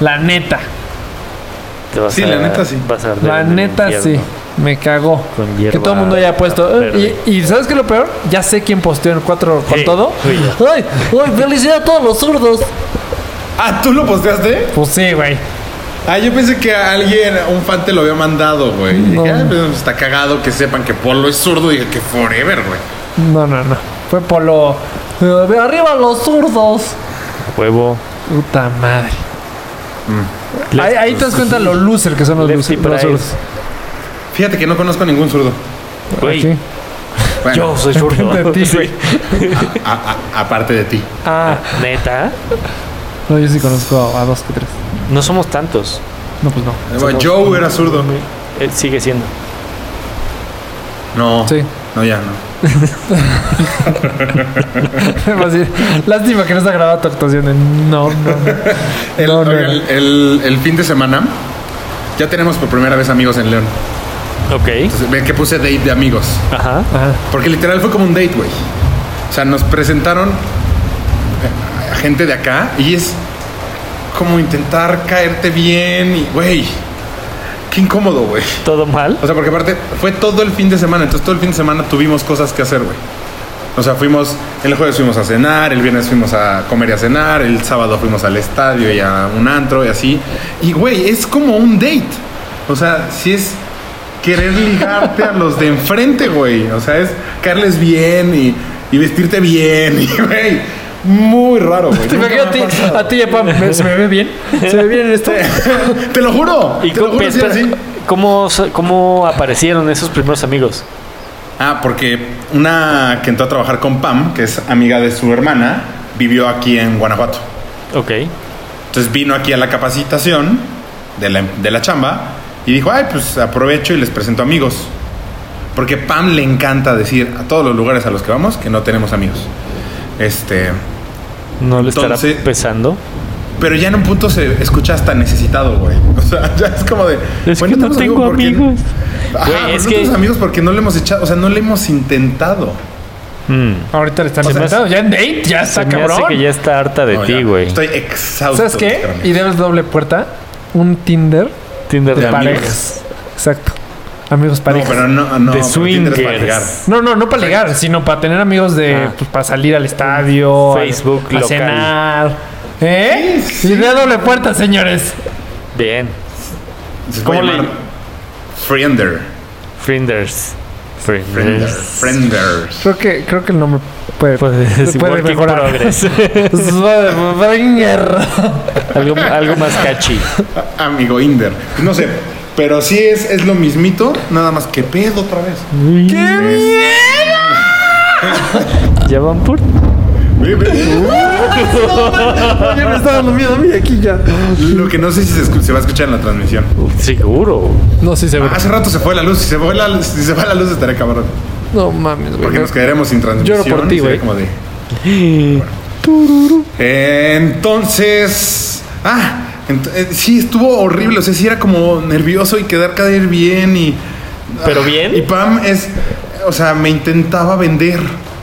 D: La neta.
C: Te vas
B: Sí,
C: a-
B: la neta sí.
C: vas a arder
D: La
C: en el
D: neta sí.
C: infierno
D: Me cagó.
C: con
D: Que
C: hierba
D: todo el mundo haya puesto. eh,
C: verde.
D: Y, y ¿sabes qué es lo peor? Ya sé quién posteó en cuatro con
C: Sí,
D: todo.
C: sí,
D: ¡Ay! ¡Ay! ¡Felicidad a todos los zurdos!
B: Ah, ¿tú lo posteaste?
D: Pues sí, güey.
B: Ah, yo pensé que a alguien, a un fan te lo había mandado, güey. Y
D: No.
B: dije, ah, pues, está cagado que sepan que Polo es zurdo y que forever, güey.
D: No, no, no. Fue por lo. eh, de arriba los zurdos.
C: Huevo.
D: Puta madre.
C: Mm.
D: Ahí, ahí te das cuenta lo loser que son los,
C: Lefty
D: loser- los
C: Pride.
D: zurdos.
B: Fíjate que no conozco a ningún zurdo.
C: Güey,
D: Aquí.
B: Bueno,
C: yo soy zurdo.
D: Enfrente de ti,
C: Sí.
D: güey.
B: a- a- aparte de ti.
D: Ah,
C: Neta.
F: Ah, No, yo sí conozco a, a dos que tres.
C: No somos tantos.
F: No, pues no.
B: Bueno, Joe era zurdo.
C: Eh, sigue siendo.
B: No.
F: Sí.
B: No, ya no.
F: Más bien, Lástima que no está grabada tu actuación. en- No, no.
B: El,
F: No, no, no.
B: el- el- el fin de semana ya tenemos por primera vez amigos en León.
C: Ok.
B: Entonces, ven que puse date de amigos.
C: Ajá.
F: Ajá.
B: Porque literal fue como un date, güey. O sea, nos presentaron eh, a gente de acá y es como intentar caerte bien y, güey, qué incómodo, güey.
C: Todo mal.
B: O sea, porque aparte fue todo el fin de semana, entonces todo el fin de semana tuvimos cosas que hacer, güey. O sea, fuimos, el jueves fuimos a cenar, el viernes fuimos a comer y a cenar, el sábado fuimos al estadio y a un antro y así. Y, güey, es como un date. O sea, si es querer ligarte a los de enfrente, güey. O sea, es caerles bien y, y vestirte bien y, güey, muy raro, güey.
D: Te
B: Nunca
D: imagino a
B: me ha
D: ti,
B: pasado.
D: a ti y a Pam. ¿me- ¿Se me ve bien? ¿Se me ve bien en esto?
B: Te lo juro.
C: ¿Y
B: te lo
C: cómo,
B: juro, sí,
C: espera,
B: así.
C: ¿cómo, sa- cómo aparecieron esos primeros amigos?
B: Ah, porque una que entró a trabajar con Pam, que es amiga de su hermana, vivió aquí en Guanajuato.
C: Ok.
B: Entonces vino aquí a la capacitación de la, de la chamba y dijo, ay, pues aprovecho y les presento amigos. Porque Pam le encanta decir a todos los lugares a los que vamos que no tenemos amigos. Este,
C: No le
B: Entonces-
C: estará pesando.
B: pero ya en un punto se escucha hasta necesitado, güey. O sea, ya es como de...
C: Es
B: "Güey,
C: que no
B: tenemos
C: tengo
B: porque-
C: amigos.
B: Ajá,
C: Güey,
B: pero
C: es
B: no
C: que-
B: tenemos amigos porque no le hemos echado, o sea, no le hemos intentado.
C: Mm.
F: Ahorita le están
C: me hace-
F: inventando. Ya en date, ya
C: Se
F: está
C: me hace
F: cabrón.
C: que ya está harta de
B: No, ya,
C: ti, güey.
B: Estoy exhausto.
F: ¿Sabes
B: de
F: qué?
B: buscar amigos.
F: Ideas doble puerta. Un Tinder
C: Tinder
B: de
C: de
B: amigos.
F: parejas. Exacto. Amigos parejas.
B: No, pero no, no.
C: De
B: pero Tinder es para
C: swingers.
B: ligar.
F: No, no, no para ligar, sino para tener amigos de,
C: Pues, Ah.
F: pues, para salir al estadio,
C: Facebook
F: a, a
C: local.
F: cenar. ¿Eh? Idea doble puerta, señores.
C: Bien.
B: Se puede
C: ¿Cómo le-
B: llamar Friender.
C: Frinders.
B: Friender.
C: Frinders.
B: Frienders.
F: Creo que, creo que el nombre puede,
C: Pues,
F: puede
C: work in
F: mejorar.
C: progress.
F: Swinger.
C: algo, algo más catchy.
B: Amigo Inder. No sé. Pero sí es, es lo mismito, nada más que pedo otra vez.
C: Ya van por.
B: Uh.
F: Ya me está dando miedo a mí aquí ya.
B: Lo que no sé si se, escu- se va a escuchar en la transmisión.
C: Seguro.
F: No, sí se ve.
B: Hace rato se fue la luz. Si se fue la, luz- si se va la luz estaré cabrón.
F: No mames, güey.
B: Porque nos quedaremos sin transmisión.
F: Lloro por ti,
B: y sería
F: güey.
B: como de- Entonces. Ah, ent- eh, sí, estuvo horrible. O sea, sí era como nervioso y quedar caer bien y.
C: ¿Pero
B: ah,
C: bien?
B: Y Pam es. O sea, me intentaba vender.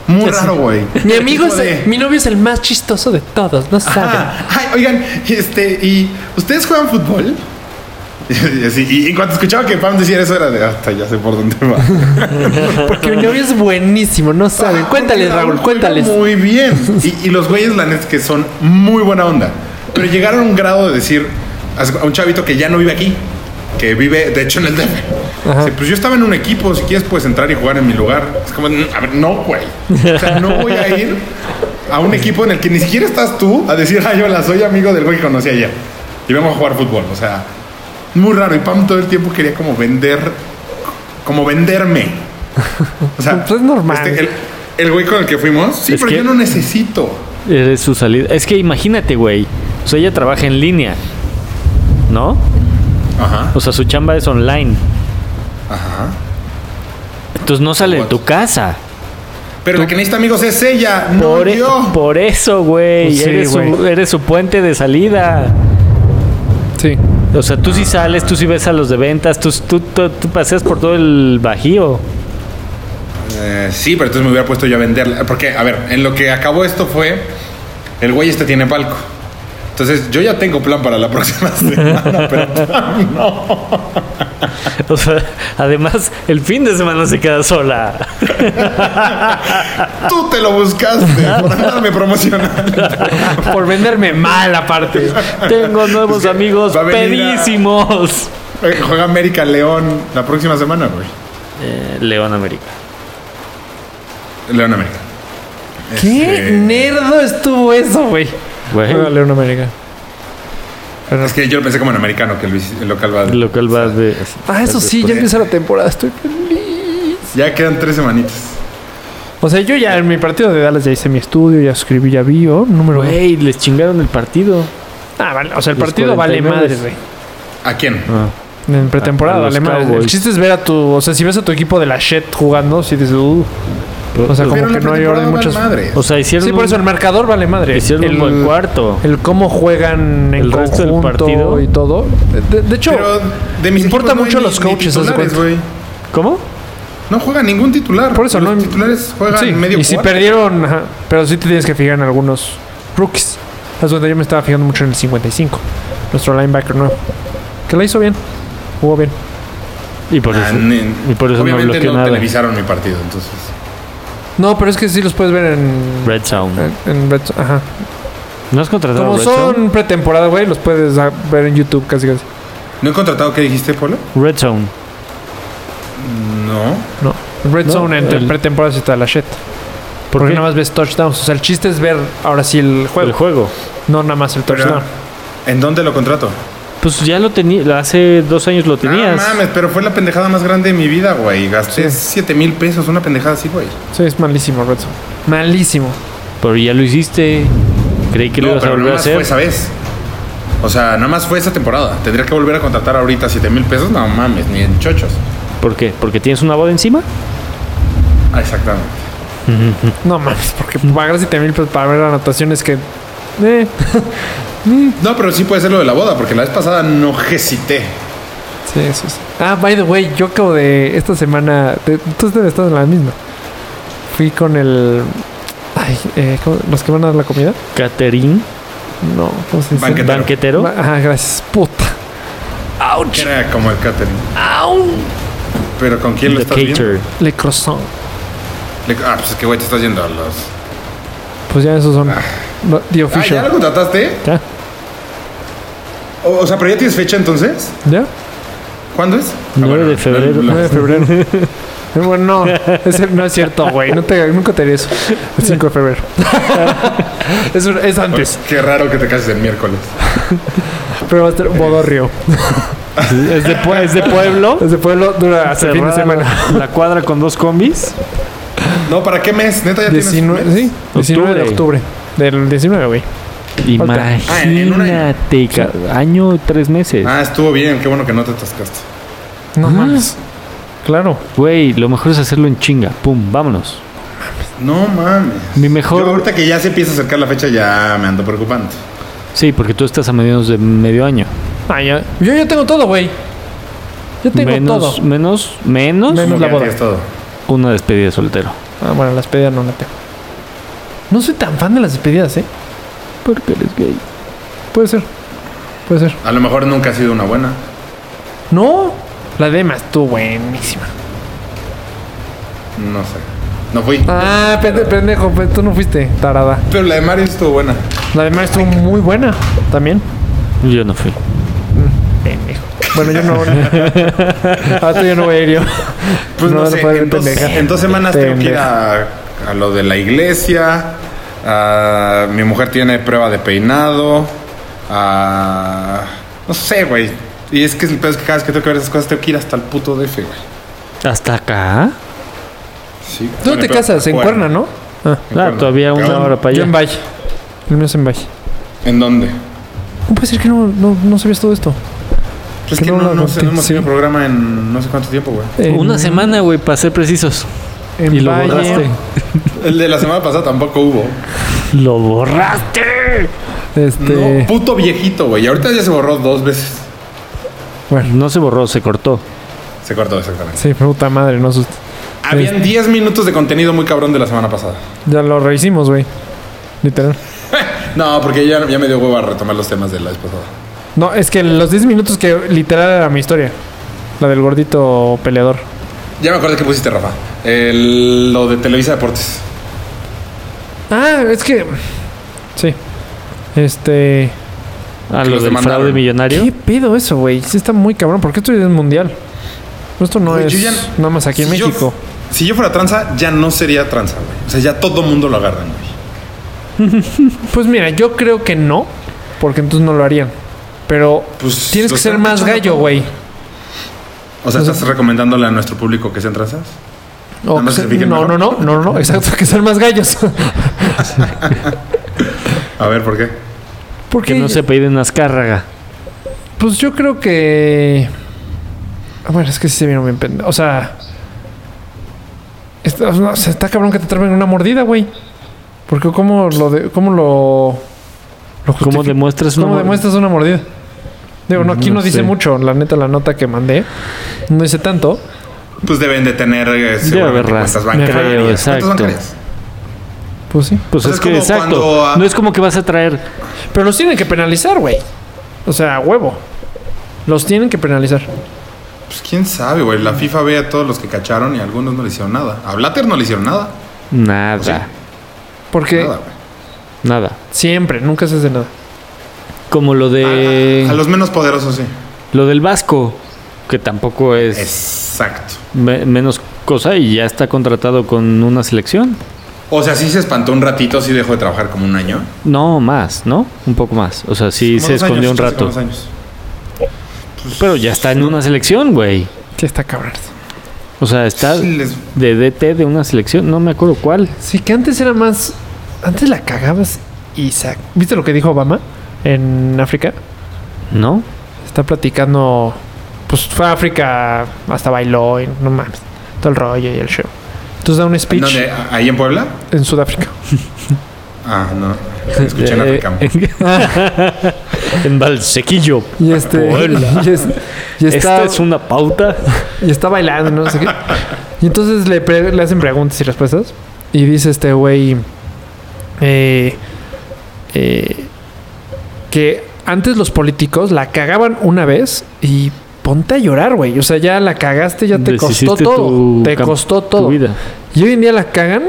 B: Muy raro, güey.
D: Mi amigo
B: Como
D: es...
B: de-
D: Mi novio es el más chistoso de todos, no saben.
B: Ah, ay, oigan, este, ¿y ustedes juegan fútbol? Y, así, y en cuanto escuchaba que Pam decía eso, era de hasta ya sé por dónde va.
D: Porque mi novio es buenísimo, no saben.
B: Ah,
D: Cuéntales,
B: porque
D: Raúl,
B: juega
D: cuéntales.
B: Muy bien. Y, y los güeyes, la neta, es que son muy buena onda. Pero llegaron a un grado de decir a un chavito que ya no vive aquí, que vive, de hecho, en el DF. Dice, pues yo estaba en un equipo, si quieres puedes entrar y jugar en mi lugar. Es como, "Mm, a ver, no, güey. O sea, no voy a ir a un equipo en el que ni siquiera estás tú a decir, ay, hola, soy amigo del güey que conocí ayer. Y vamos a jugar fútbol. O sea, muy raro. Y Pam todo el tiempo quería como vender, como venderme. O sea,
F: Pues es normal.
B: este, el, el güey con el que fuimos, sí,
C: Es
B: pero
C: que-
B: yo no necesito.
C: Eres su salida. Es que imagínate, güey. O sea, ella trabaja en línea. ¿No?
B: Ajá.
C: O sea, su chamba es online.
B: Ajá.
C: Entonces no sale de tu casa.
B: Pero la que necesita amigos es ella,
C: Por, e-
B: no yo.
C: por eso, güey.
F: Pues sí,
C: eres, su-
F: güey.
C: eres su puente de salida.
F: Sí.
C: O sea, tú sí sales, tú sí ves a los de ventas, tú, tú, tú- tú paseas por todo el bajío.
B: Eh, sí, pero entonces me hubiera puesto yo a venderla. Porque, a ver, en lo que acabó esto fue. El güey este tiene palco. Entonces, yo ya tengo plan para la próxima semana, pero
C: O sea, además, el fin de semana se queda sola.
B: tú te lo buscaste por andarme promocionando.
F: Ah, Por venderme mal aparte.
C: Tengo nuevos amigos
B: va a venir a-
C: pedísimos.
B: Eh, Juega América León la próxima semana, güey.
C: Eh, León América.
B: León América.
F: ¿Qué nerdo estuvo eso, güey?
C: Güey,
F: Voy a leer una América.
B: Es que yo lo pensé como en americano, que Luis, el local va.
C: lo cual va de...
F: Ah, eso sí, ya empieza la temporada. Estoy feliz.
B: Ya quedan tres semanitas.
D: O sea, yo ya en mi partido de Dallas ya hice mi estudio, ya escribí, ya vi, oh, número uno.
C: Güey, les chingaron el partido.
D: Ah, vale, o sea, el
C: Los
D: partido vale
C: 49.
D: madre, güey.
B: ¿A quién?
D: En pretemporada
C: A- a Ah, los
D: vale madre. El
C: Cowboys.
D: chiste es ver a tu. O sea, si ves a tu equipo de la shit jugando, si dices, uh, o sea, como
B: Pero
D: que
B: la
D: no hay
B: pretemporada
D: orden muchos.
B: vale madre.
C: O sea, hicieron,
D: Sí, por eso el
C: un,
D: marcador vale madre.
C: hicieron un buen cuarto.
D: el cómo juegan en
C: El resto del
D: conjunto
C: partido.
D: y todo. De, de hecho,
B: Pero de mis
D: importa
B: equipos no hay
D: mucho
B: ni-
D: los
B: ni
D: coaches, haz de
B: titulares,
D: cuenta.
B: güey.
C: ¿Cómo?
B: No juega ningún titular.
D: Por eso
B: los
D: no-
B: titulares juegan
D: sí,
B: medio
D: y si
B: cuarto.
D: perdieron, ajá, pero sí te tienes que fijar en algunos rookies. Es donde yo me estaba fijando mucho en el 55, nuestro linebacker nuevo, que la hizo bien, jugó bien.
C: Y por
B: Ah,
C: eso.
B: ni-
C: y por eso no
B: Obviamente
C: bloqueó
B: no,
C: nada.
B: televisaron mi partido, entonces.
D: No, pero es que sí los puedes ver en.
C: Red Sound.
D: en- en Red- ajá.
C: ¿No has contratado
D: Eh. Como
C: a Red Sound?
D: son pretemporada, güey, los puedes ah, ver en YouTube casi casi.
B: ¿No he contratado qué dijiste, Polo?
C: Red Sound.
B: No.
D: Red
C: No,
D: Zone entre
C: el-
D: pretemporada sí está la shit.
C: ¿Por
D: porque
C: qué?
D: nada más ves touchdowns. O sea, el chiste es ver ahora sí el juego,
C: El juego.
D: Pues no nada más el
B: Pero-
D: touchdown.
B: ¿En dónde lo contrato?
C: Pues ya lo tenía. Hace dos años lo
B: No
C: tenías.
B: Ah, mames, pero fue la pendejada más grande de mi vida, güey. Gasté 7 mil pesos, una pendejada así, güey.
D: Sí, es malísimo Red Zone. Malísimo.
C: pero ya lo hiciste. Creí que lo
B: No,
C: ibas a
B: pero
C: volver
B: nada
C: a
B: más fue
C: hacer.
B: esa vez. O sea, nada más fue esa temporada. Tendría que volver a contratar ahorita 7 mil pesos. No mames, ni en chochos.
C: ¿Por qué? ¿Porque tienes una boda encima?
B: Ah, exactamente.
D: No mames, porque pagar 7 mil pesos para ver anotaciones que. Eh,
B: No, pero sí puede ser lo de la boda, porque la vez pasada no hesité.
D: sí, sí, sí. Ah, by the way, yo acabo de esta semana. de- tú debes estar en la misma. Fui con el. Ay, eh, ¿cómo- ¿los que van a dar la comida?
C: Catherine,
D: No, ¿cómo se dice?
B: Banquete. Banquetero.
C: banquetero.
D: Ba- Ah, gracias. Puta.
B: Que era como el catering. Pero ¿con quién lo
C: The
B: estás viendo?
C: caterer.
D: Le croissant.
B: Le- Ah, pues es que, güey, te estás yendo a los...
D: Pues ya esos son. lo- The
B: Ah, ¿ya
D: Official.
B: lo contrataste?
C: Ya.
B: O, o sea, ¿pero ya tienes fecha entonces?
D: ¿Ya?
B: ¿Cuándo es? Ah,
C: 9 de febrero.
D: 9 de febrero. Eh, Bueno, no, ese no es cierto, güey. No te, nunca te haré eso. El 5 de febrero. es, un- es antes,
B: Pues, qué raro que te cases el miércoles.
D: pero va a estar bodorrio.
C: Es de, pue- es de pueblo.
D: Ese pueblo dura hasta el fin de
C: Cerrada
D: semana.
C: La cuadra con dos combis.
B: No, ¿para qué mes? ¿Neta ya tienes
D: 19,
B: mes?
D: sí, 19 de octubre. Del 19, güey.
B: Ah, en un año.
C: Imagínate, ca- año tres meses.
B: Ah, estuvo bien. Qué bueno que no te atascaste.
D: No mames. Claro.
C: Güey, lo mejor es hacerlo en chinga. Pum, vámonos.
B: No mames.
C: Mi
B: Yo
C: mejor.
B: ahorita que ya se empieza a acercar la fecha ya me ando preocupando.
C: Sí, porque tú estás a mediados de medio año.
D: Ah, ya. Yo ya tengo todo, güey. Yo tengo
C: menos,
D: todo.
C: menos, menos,
D: Menos.
B: Como
D: la
B: que
D: boda.
B: ya Es todo.
C: una despedida de soltero.
D: Ah, bueno, las despedidas no la tengo. No soy tan fan de las despedidas, ¿eh?
C: Porque eres gay.
D: Puede ser. Puede ser.
B: A lo mejor nunca ha sido una buena.
D: No. La Dema estuvo buenísima.
B: No sé. No fui.
D: Ah, pende- pendejo, pues, tú no fuiste, tarada.
B: Pero la de Mario estuvo buena.
D: La de Mario estuvo muy buena también.
C: Yo no fui.
D: Pendejo. Bueno, yo no. Ahora Ah, yo no voy a ir yo.
B: Pues no,
D: No, no
B: sé.
D: puede
B: en,
D: ser
B: dos,
D: pendeja.
B: en dos semanas tengo que ir
D: Pendeja.
B: a, a lo de la iglesia. a- mi mujer tiene prueba de peinado. a- no sé, güey. Y es que el pedo es que cada vez que tengo que ver esas cosas tengo que ir hasta el puto DF, güey.
C: ¿Hasta acá?
B: Sí.
D: Tú
B: Bueno,
D: te
B: pero-
D: casas en
B: bueno,
D: Cuerna, ¿no? Ah,
B: en
C: Ah,
B: Cuerna.
C: todavía una
B: Cabrón.
C: hora para
D: yo
C: allá.
D: en Valle. El mío es en Valle.
B: ¿En dónde?
D: ¿Cómo puede ser que no, no, no sabías todo esto?
B: Pues
D: Que
B: es que
D: no
B: no,
D: la
B: no sé, no hemos
D: conté,
B: tenido
D: sí.
B: programa en no sé cuánto tiempo, güey.
D: En-
C: Una semana, güey, para ser precisos.
D: en
C: Y lo
D: Valle.
C: borraste.
B: El de la semana pasada tampoco hubo.
C: ¡Lo borraste!
D: Este.
B: No, puto viejito, güey. Ahorita ya se borró dos veces.
C: No se borró, se cortó.
B: Se cortó exactamente.
D: Sí, puta madre, no asustes.
B: Habían 10 minutos de contenido muy cabrón de la semana pasada.
D: Ya lo rehicimos, güey. Literal.
B: No, porque ya, ya me dio hueva retomar los temas de la vez pasada.
D: No, es que los 10 minutos que literal era mi historia. La del gordito peleador.
B: Ya me acuerdo que pusiste, Rafa. El- lo de Televisa Deportes.
D: Ah, es que. Sí. Este.
C: A
B: Que
C: lo
B: los
C: del
B: demandaron.
C: fraude millonario.
D: ¿Qué pedo eso, güey? Sí está muy cabrón. ¿Por qué esto ya es mundial? Esto no
B: Güey,
D: es
B: yo ya-
D: nada más aquí en
B: Si yo-
D: México.
B: si yo fuera tranza, ya no sería tranza, güey. O sea, ya todo mundo lo agarran, güey.
D: Pues mira, yo creo que no, porque entonces no lo harían. Pero
B: Pues,
D: tienes
B: lo
D: que ser
B: están
D: más
B: escuchando
D: gallo,
B: todo.
D: güey.
B: O sea, ¿estás recomendándole a nuestro público que sean tranzas?
D: O
B: más
D: que se-
B: que piquen
D: no, no,
B: mejor.
D: no, no, no, exacto, que sean más gallos.
B: A ver, ¿por qué?
D: Porque
C: Que no se piden Azcárraga.
D: Pues yo creo que. Ah, Bueno, es que sí se vieron bien pendejos. O sea. Está, no, o sea, está cabrón que te traen una mordida, güey. Porque cómo lo de, cómo lo. lo
C: ¿Cómo
D: justifi-
C: demuestras
D: cómo
C: una-
D: demuestras una mordida? Digo, no, aquí no,
C: No
D: dice
C: sé.
D: mucho. La neta, la nota que mandé. No dice tanto.
B: Pues deben de tener eh, seguramente
C: haberlas,
B: cuentas
C: creo,
B: bancarias.
C: exacto.
B: Cuentas bancarias.
D: Pues sí.
C: Pues
B: Pues
C: es
B: es
C: que
B: como
C: exacto.
B: cuando, ah,
C: No es como que vas a traer.
D: Pero los tienen que penalizar, güey. O sea, a huevo. Los tienen que penalizar.
B: Pues quién sabe, güey. La FIFA ve a todos los que cacharon y a algunos no le hicieron nada. A Blatter no le hicieron nada.
C: Nada.
D: Porque
B: Nada, güey.
C: Nada.
D: siempre, nunca se hace nada.
C: Como lo de.
B: A los menos poderosos, sí.
C: Lo del Vasco, que tampoco es,
B: Exacto.
C: me- menos cosa y ya está contratado con una selección.
B: O sea, sí se espantó un ratito, sí dejó de trabajar como un año.
C: No, más, ¿no? Un poco más. O sea, sí
B: Como
C: se
B: dos
C: escondió
B: años,
C: un
B: hace
C: rato.
B: como dos años.
C: Pero ya está en una selección, güey.
D: Sí, está cabrón.
C: O sea, está
B: Sí, les-
C: de DT de una selección, no me acuerdo cuál.
D: Sí, que antes era más. Antes la cagabas y sac... ¿Viste lo que dijo Obama en África?
C: ¿No?
D: Está platicando. Pues fue a África, hasta bailó y no mames. Todo el rollo y el show. Entonces da un speech
B: ¿Dónde? ¿Ahí en Puebla?
D: en Sudáfrica.
B: Ah, no. Escuché en
C: Eh,
B: Africam.
C: en Valsequillo.
D: Y este.
C: Hola.
D: Y, es- y está,
C: Esta es una pauta.
D: y está bailando, no sé qué. Y entonces le, pre- le hacen preguntas y respuestas. Y dice este güey. eh, eh, que antes los políticos la cagaban una vez y ponte a llorar, güey. O sea, ya la cagaste, ya te costó
C: Deshiciste
D: todo.
C: tu
D: Te
C: cam-
D: costó
C: Tu
D: todo.
C: vida.
D: Y hoy en día la cagan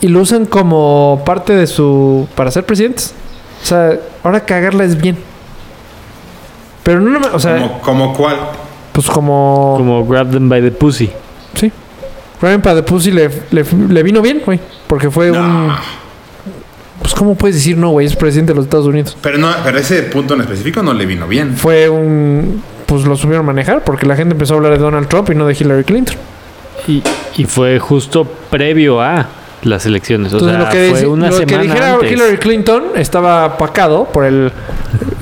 D: y lo usan como parte de su. para ser presidentes. O sea, ahora cagarla es bien. Pero no, no, o sea,
B: ¿Como, como cuál?
D: pues como.
C: Como grab them by the pussy.
D: Ryan Padapussy Pues le, le, le vino bien, güey. Porque fue un.
B: No.
D: Pues, ¿cómo puedes decir no, güey? Es presidente de los Estados Unidos.
B: Pero, no, pero ese punto en específico no le vino bien.
D: Fue un. Pues lo supieron manejar porque la gente empezó a hablar de Donald Trump y no de Hillary Clinton.
C: Y, y fue justo previo a las elecciones. O
D: Entonces,
C: sea,
D: lo que,
C: fue
D: dici-
C: una
D: lo que
C: semana
D: dijera
C: antes.
D: Hillary Clinton estaba pacado por el.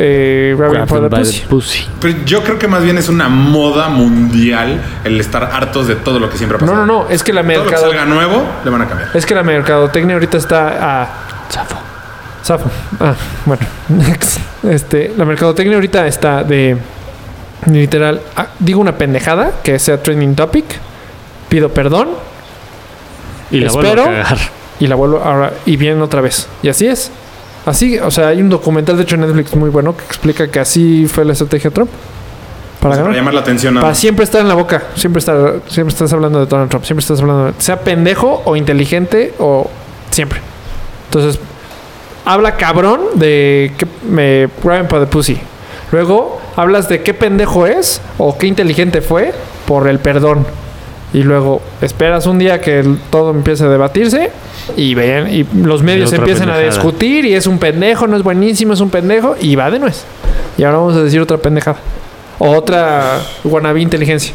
D: Eh, Ryan
C: Grab them by
D: Padapussy.
C: the pussy.
B: Pero yo creo que más bien es una moda mundial el estar hartos de todo lo que siempre ha
D: No,
B: pasado.
D: no, no. Es que la
B: Todo lo que
D: mercado.
B: salga nuevo le van a cambiar.
D: Es que la mercadotecnia ahorita está a.
C: Zafo.
D: Zafo. Ah, bueno. Next. Este, la mercadotecnia ahorita está de literal, ah, digo una pendejada que sea trending topic, pido perdón
C: Y la vuelvo a
D: Espero-
C: cagar.
D: y la vuelvo ahora y viene otra vez. Y así es. Así, o sea, hay un documental de hecho en Netflix muy bueno que explica que así fue la estrategia de Trump para
B: O sea,
D: ganar.
B: para llamar la atención a...
D: Para siempre estar en la boca, siempre estar, siempre estás hablando de Donald Trump, siempre estás hablando, de- sea pendejo o inteligente o siempre. Entonces, habla cabrón de que me graben para the pussy. Luego hablas de qué pendejo es o qué inteligente fue por el perdón. Y luego esperas un día que el- todo empiece a debatirse y ven y los medios
C: otra
D: empiezan a
C: pendejada.
D: discutir y es un pendejo, no es buenísimo, es un pendejo y va de nuez. Y ahora vamos a decir otra pendejada. O otra wannabe inteligencia.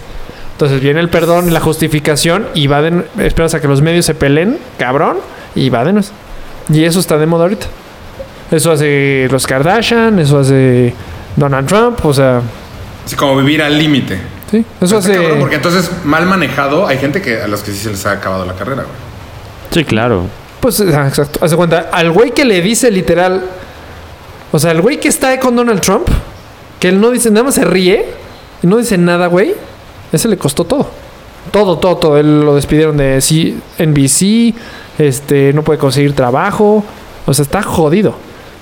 D: Entonces viene el perdón, la justificación y va de nue- esperas a que los medios se peleen, cabrón, y va de nuez. Y eso está de moda ahorita. Eso hace los Kardashian, eso hace Donald Trump, o sea,
B: Sí, como vivir al límite.
D: sí, eso
B: Está cabrón,
D: hace
B: Porque entonces, mal manejado, hay gente que a los que sí se les ha acabado la carrera, güey.
C: Sí, claro.
D: pues ah, exacto, hace cuenta al güey que le dice literal o sea, el güey que está con Donald Trump, que él no dice nada más se ríe y no dice nada, güey, ese le costó todo. Todo, todo, todo. Él lo despidieron de C- NBC, este, no puede conseguir trabajo, o sea, está jodido.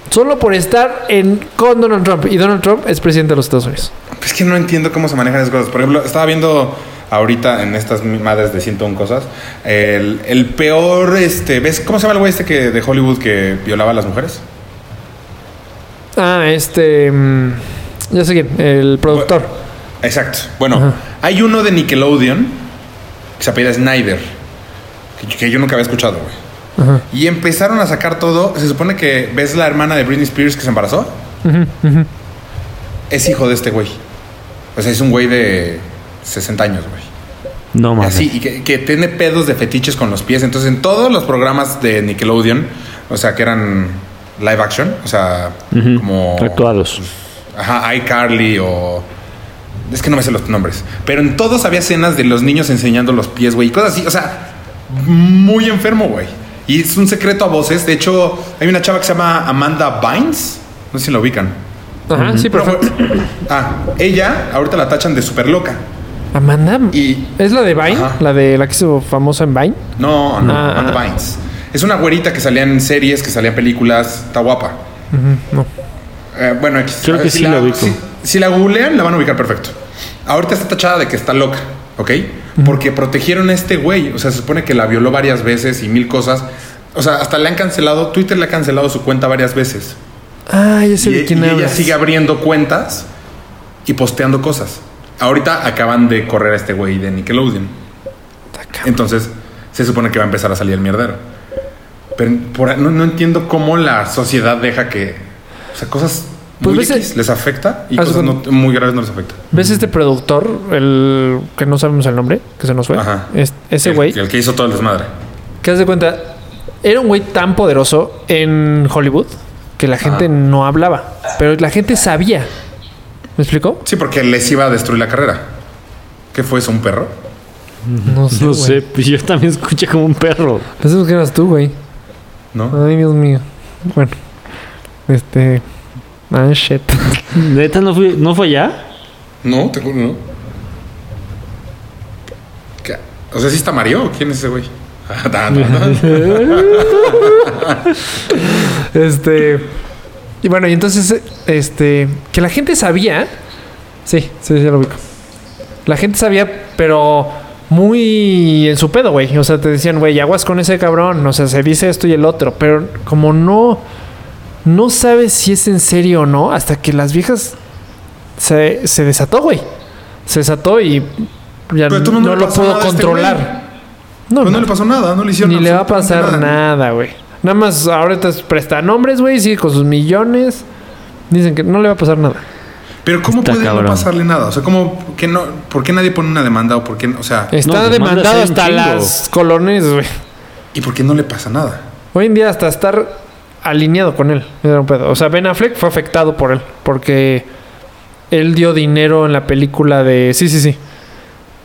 D: Solo por estar en con Donald Trump y Donald Trump es presidente de los Estados Unidos.
B: Pues es que no entiendo cómo se manejan esas cosas. Por ejemplo, estaba viendo ahorita en estas madres de 101 cosas, el, el peor, este, ¿ves cómo se llama el güey este que, de Hollywood que violaba a las mujeres?
D: Ah, este. mm, Ya sé quién, el productor.
B: Exacto. Bueno,
D: Ajá.
B: hay uno de Nickelodeon que se apellida Snyder, que, que yo nunca había escuchado, güey.
D: Ajá.
B: Y empezaron a sacar todo. Se supone que ves la hermana de Britney Spears que se embarazó. Es hijo de este güey. O sea, es un güey de 60 años, güey.
C: No mames.
B: Así, y que, que tiene pedos de fetiches con los pies. Entonces, en todos los programas de Nickelodeon, o sea, que eran live action, o sea,
C: Ujú.
B: como.
C: Actuados.
B: Ajá, iCarly o. Es que no me sé los nombres. Pero en todos había escenas de los niños enseñando los pies, güey. y Cosas así, o sea, muy enfermo, güey. Y es un secreto a voces. De hecho, hay una chava que se llama Amanda Bynes. No sé si la ubican.
D: Ajá, sí,
B: Pero
D: perfecto.
B: fue- Ah, ella ahorita la tachan de súper loca.
D: Amanda.
B: Y
D: ¿Es la de Vine?
B: Ajá.
D: ¿La de la que hizo famosa en Vine?
B: No, no,
D: Ah,
B: Amanda
D: ah.
B: Bynes. Es una güerita que salía en series, que salía en películas, está guapa. no. bueno, X.
C: Creo
B: A
C: que sí la ubico.
B: Si, si la googlean, la van a ubicar perfecto. Ahorita está tachada de que está loca, ¿ok? Porque protegieron a este güey. O sea, se supone que la violó varias veces y mil cosas. O sea, hasta le han cancelado, Twitter le ha cancelado su cuenta varias veces.
D: Ah, ya sé
B: y
D: de quién
B: y ella
D: hablas.
B: sigue abriendo cuentas y posteando cosas. Ahorita acaban de correr a este güey de Nickelodeon. Entonces, se supone que va a empezar a salir el mierdero. Pero por- no, no entiendo cómo la sociedad deja que. O sea, cosas
D: Pues
B: muy
D: ves el-
B: X les afecta y
D: Haz
B: cosas
D: cuenta.
B: no- muy graves no les afecta.
D: ¿Ves este productor? El que no sabemos el nombre, que se nos fue.
B: Ajá.
D: Es- ese
B: El-
D: güey.
B: El, que hizo todo el desmadre.
D: ¿Qué haz de cuenta? Era un güey tan poderoso en Hollywood que la gente no hablaba, pero la gente sabía. ¿Me explicó?
B: Sí, porque les iba a destruir la carrera. ¿Qué fue eso? ¿Un perro?
D: No sé.
C: No
D: güey.
C: sé, pues yo también escuché como un perro.
D: Pensamos que eras tú, güey.
B: ¿No?
D: Ay, Dios mío. Bueno, este. Ah, shit.
C: Neta, no, fui, no fue allá.
B: No, te juro, no. ¿Qué? O sea, ¿sí está Mario? o ¿Quién es ese güey? Ah, no, no, no.
D: Este. Y bueno, y entonces, este. Que la gente sabía. Sí, sí, ya lo ubico. La gente sabía, pero muy en su pedo, güey. O sea, te decían, güey, aguas con ese cabrón. O sea, se dice esto y el otro. Pero como no. No sabes si es en serio o no, hasta que las viejas se, se desató, güey. Se desató y ya
B: Pero todo el mundo
D: no
B: le
D: lo
B: pasó
D: pudo
B: nada a este
D: controlar.
B: güey.
D: no,
B: Pues no le pasó nada, no le hicieron
D: Ni le va a
B: absolutamente
D: pasar nada, güey. Nada más ahorita es prestanombres, güey, sí, con sus millones. Dicen que no le va a pasar nada.
B: Pero ¿cómo
C: Está
B: puede
C: cabrón.
B: no pasarle nada? O sea, ¿cómo que no, ¿por qué nadie pone una demanda? ¿O por qué, no? o sea,
D: Está
C: demandas
D: demandado
C: hay pues un
D: hasta
C: chingo.
D: las colonias, güey.
B: ¿y por qué no le pasa nada?
D: Hoy en día hasta estar alineado con él. era un pedo. O sea, Ben Affleck fue afectado por él. Porque él dio dinero en la película de... Sí, sí, sí.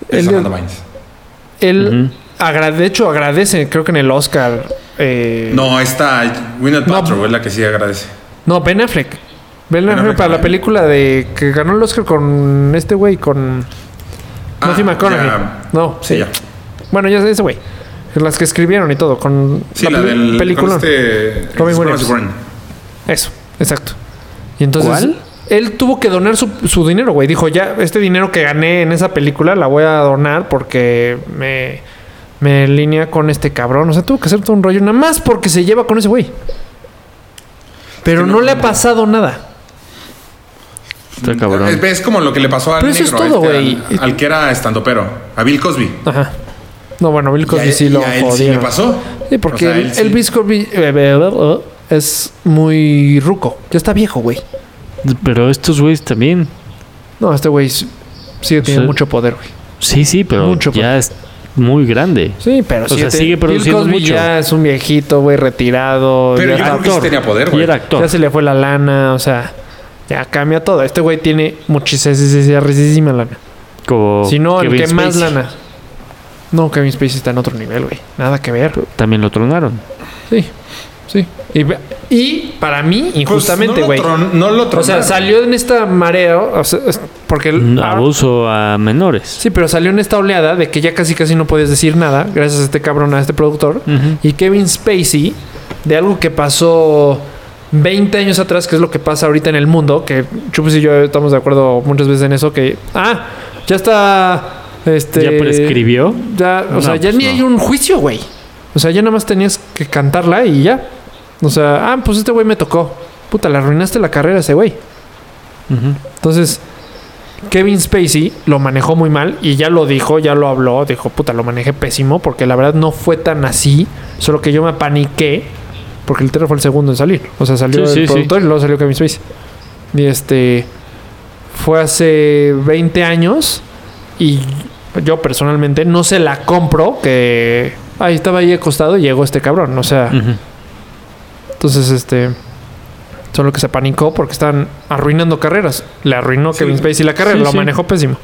B: Es
D: Él dio-
B: Amanda Bynes.
D: Él... agra- de hecho, agradece, creo que en el Oscar. eh,
B: No, esta Winnet
D: No.
B: Paltrow es la que sí agradece.
D: No, Ben Affleck. Ben,
B: Ben
D: Affleck,
B: Affleck,
D: para la
B: ¿no?
D: película de que ganó el Oscar con este güey, con Matthew McConaughey.
B: Ah, ya.
D: No,
B: Sí,
D: sí.
B: ya.
D: Bueno, ya sé ese güey. Las que escribieron y todo, con
B: Sí, la,
D: peli-
B: del
D: peliculón.
B: con este
D: Robin
B: Scorsese
D: Williams.
B: Burn.
D: Eso, exacto. Y entonces
C: ¿Cuál?
D: él tuvo que donar su, su dinero, güey. Dijo, ya, este dinero que gané en esa película la voy a donar porque me, me linea con este cabrón. O sea, tuvo que hacer todo un rollo, nada más porque se lleva con ese güey. Pero no, le ha pasado nada.
C: Está cabrón.
B: Es, es como lo que le pasó al
D: Pero eso
B: negro,
D: es todo,
B: este,
D: güey.
B: al, al que era estandopero, a Bill Cosby.
D: Ajá. No, bueno, Bill
B: Y a
D: Cosby
B: él-
D: sí lo
B: y a él sí le
D: jodieron.
B: pasó.
D: Sí, porque
B: O sea,
D: el,
B: él sí.
D: el Bill Cosby eh, eh, eh, es muy ruco. Ya está viejo, güey.
C: Pero estos güeyes también.
D: No, este güey s- sigue teniendo
C: Sí.
D: mucho poder, güey.
C: Sí, sí, pero
D: Mucho,
C: ya es muy grande.
D: Sí, pero
C: O sea, sigue produciendo
D: Bill Cosby
C: mucho.
D: ya es un viejito, güey, retirado.
B: Pero
D: ya,
B: yo creo que sí
C: actor.
B: tenía poder,
C: Y
B: güey.
C: era actor.
D: este ya se le fue la lana, o sea, ya cambia todo. Este güey tiene muchísima lana.
C: Como
D: si no, el
C: Oh, Kevin
D: que más
C: Spacey.
D: lana. No, Kevin Spacey está en otro nivel, güey. Nada que ver.
C: También lo tronaron.
D: Sí, sí. Y, ve- y para mí,
B: Pues
D: injustamente,
B: no lo
D: güey.
B: tron- No
D: O
B: lo
D: sea,
B: tronaron.
D: salió en esta marea, o sea, es- porque... el- ah,
C: Mm, Abuso a menores.
D: sí, pero salió en esta oleada de que ya casi casi no podías decir nada, gracias a este cabrón, a este productor.
C: Mm.
D: Y Kevin Spacey, de algo que pasó 20 años atrás, que es lo que pasa ahorita en el mundo, que Chupes y yo estamos de acuerdo muchas veces en eso, que... Ah, ya está... Este,
C: Ya prescribió.
D: ya, o
C: No,
D: sea, ya
C: pues
D: ni
C: no.
D: hay un juicio, güey. O sea, ya nada más tenías que cantarla y ya. O sea, ah, pues este güey me tocó. Puta, le arruinaste la carrera a ese güey. Entonces, Kevin Spacey lo manejó muy mal y ya lo dijo, ya lo habló. Dijo, puta, lo manejé pésimo porque la verdad no fue tan así. Solo que yo me apaniqué porque el terror fue el segundo en salir. O sea, salió el
C: Sí, sí, sí.
D: productor y luego salió Kevin Spacey. Y este. Fue hace 20 años y yo personalmente no se la compro que ahí estaba ahí acostado y llegó este cabrón, o sea,
C: Ah, Ujú.
D: entonces este solo que se panicó porque están arruinando carreras. Le arruinó Kevin Spacey la carrera,
C: Sí,
D: lo
C: sí.
D: manejó pésimo.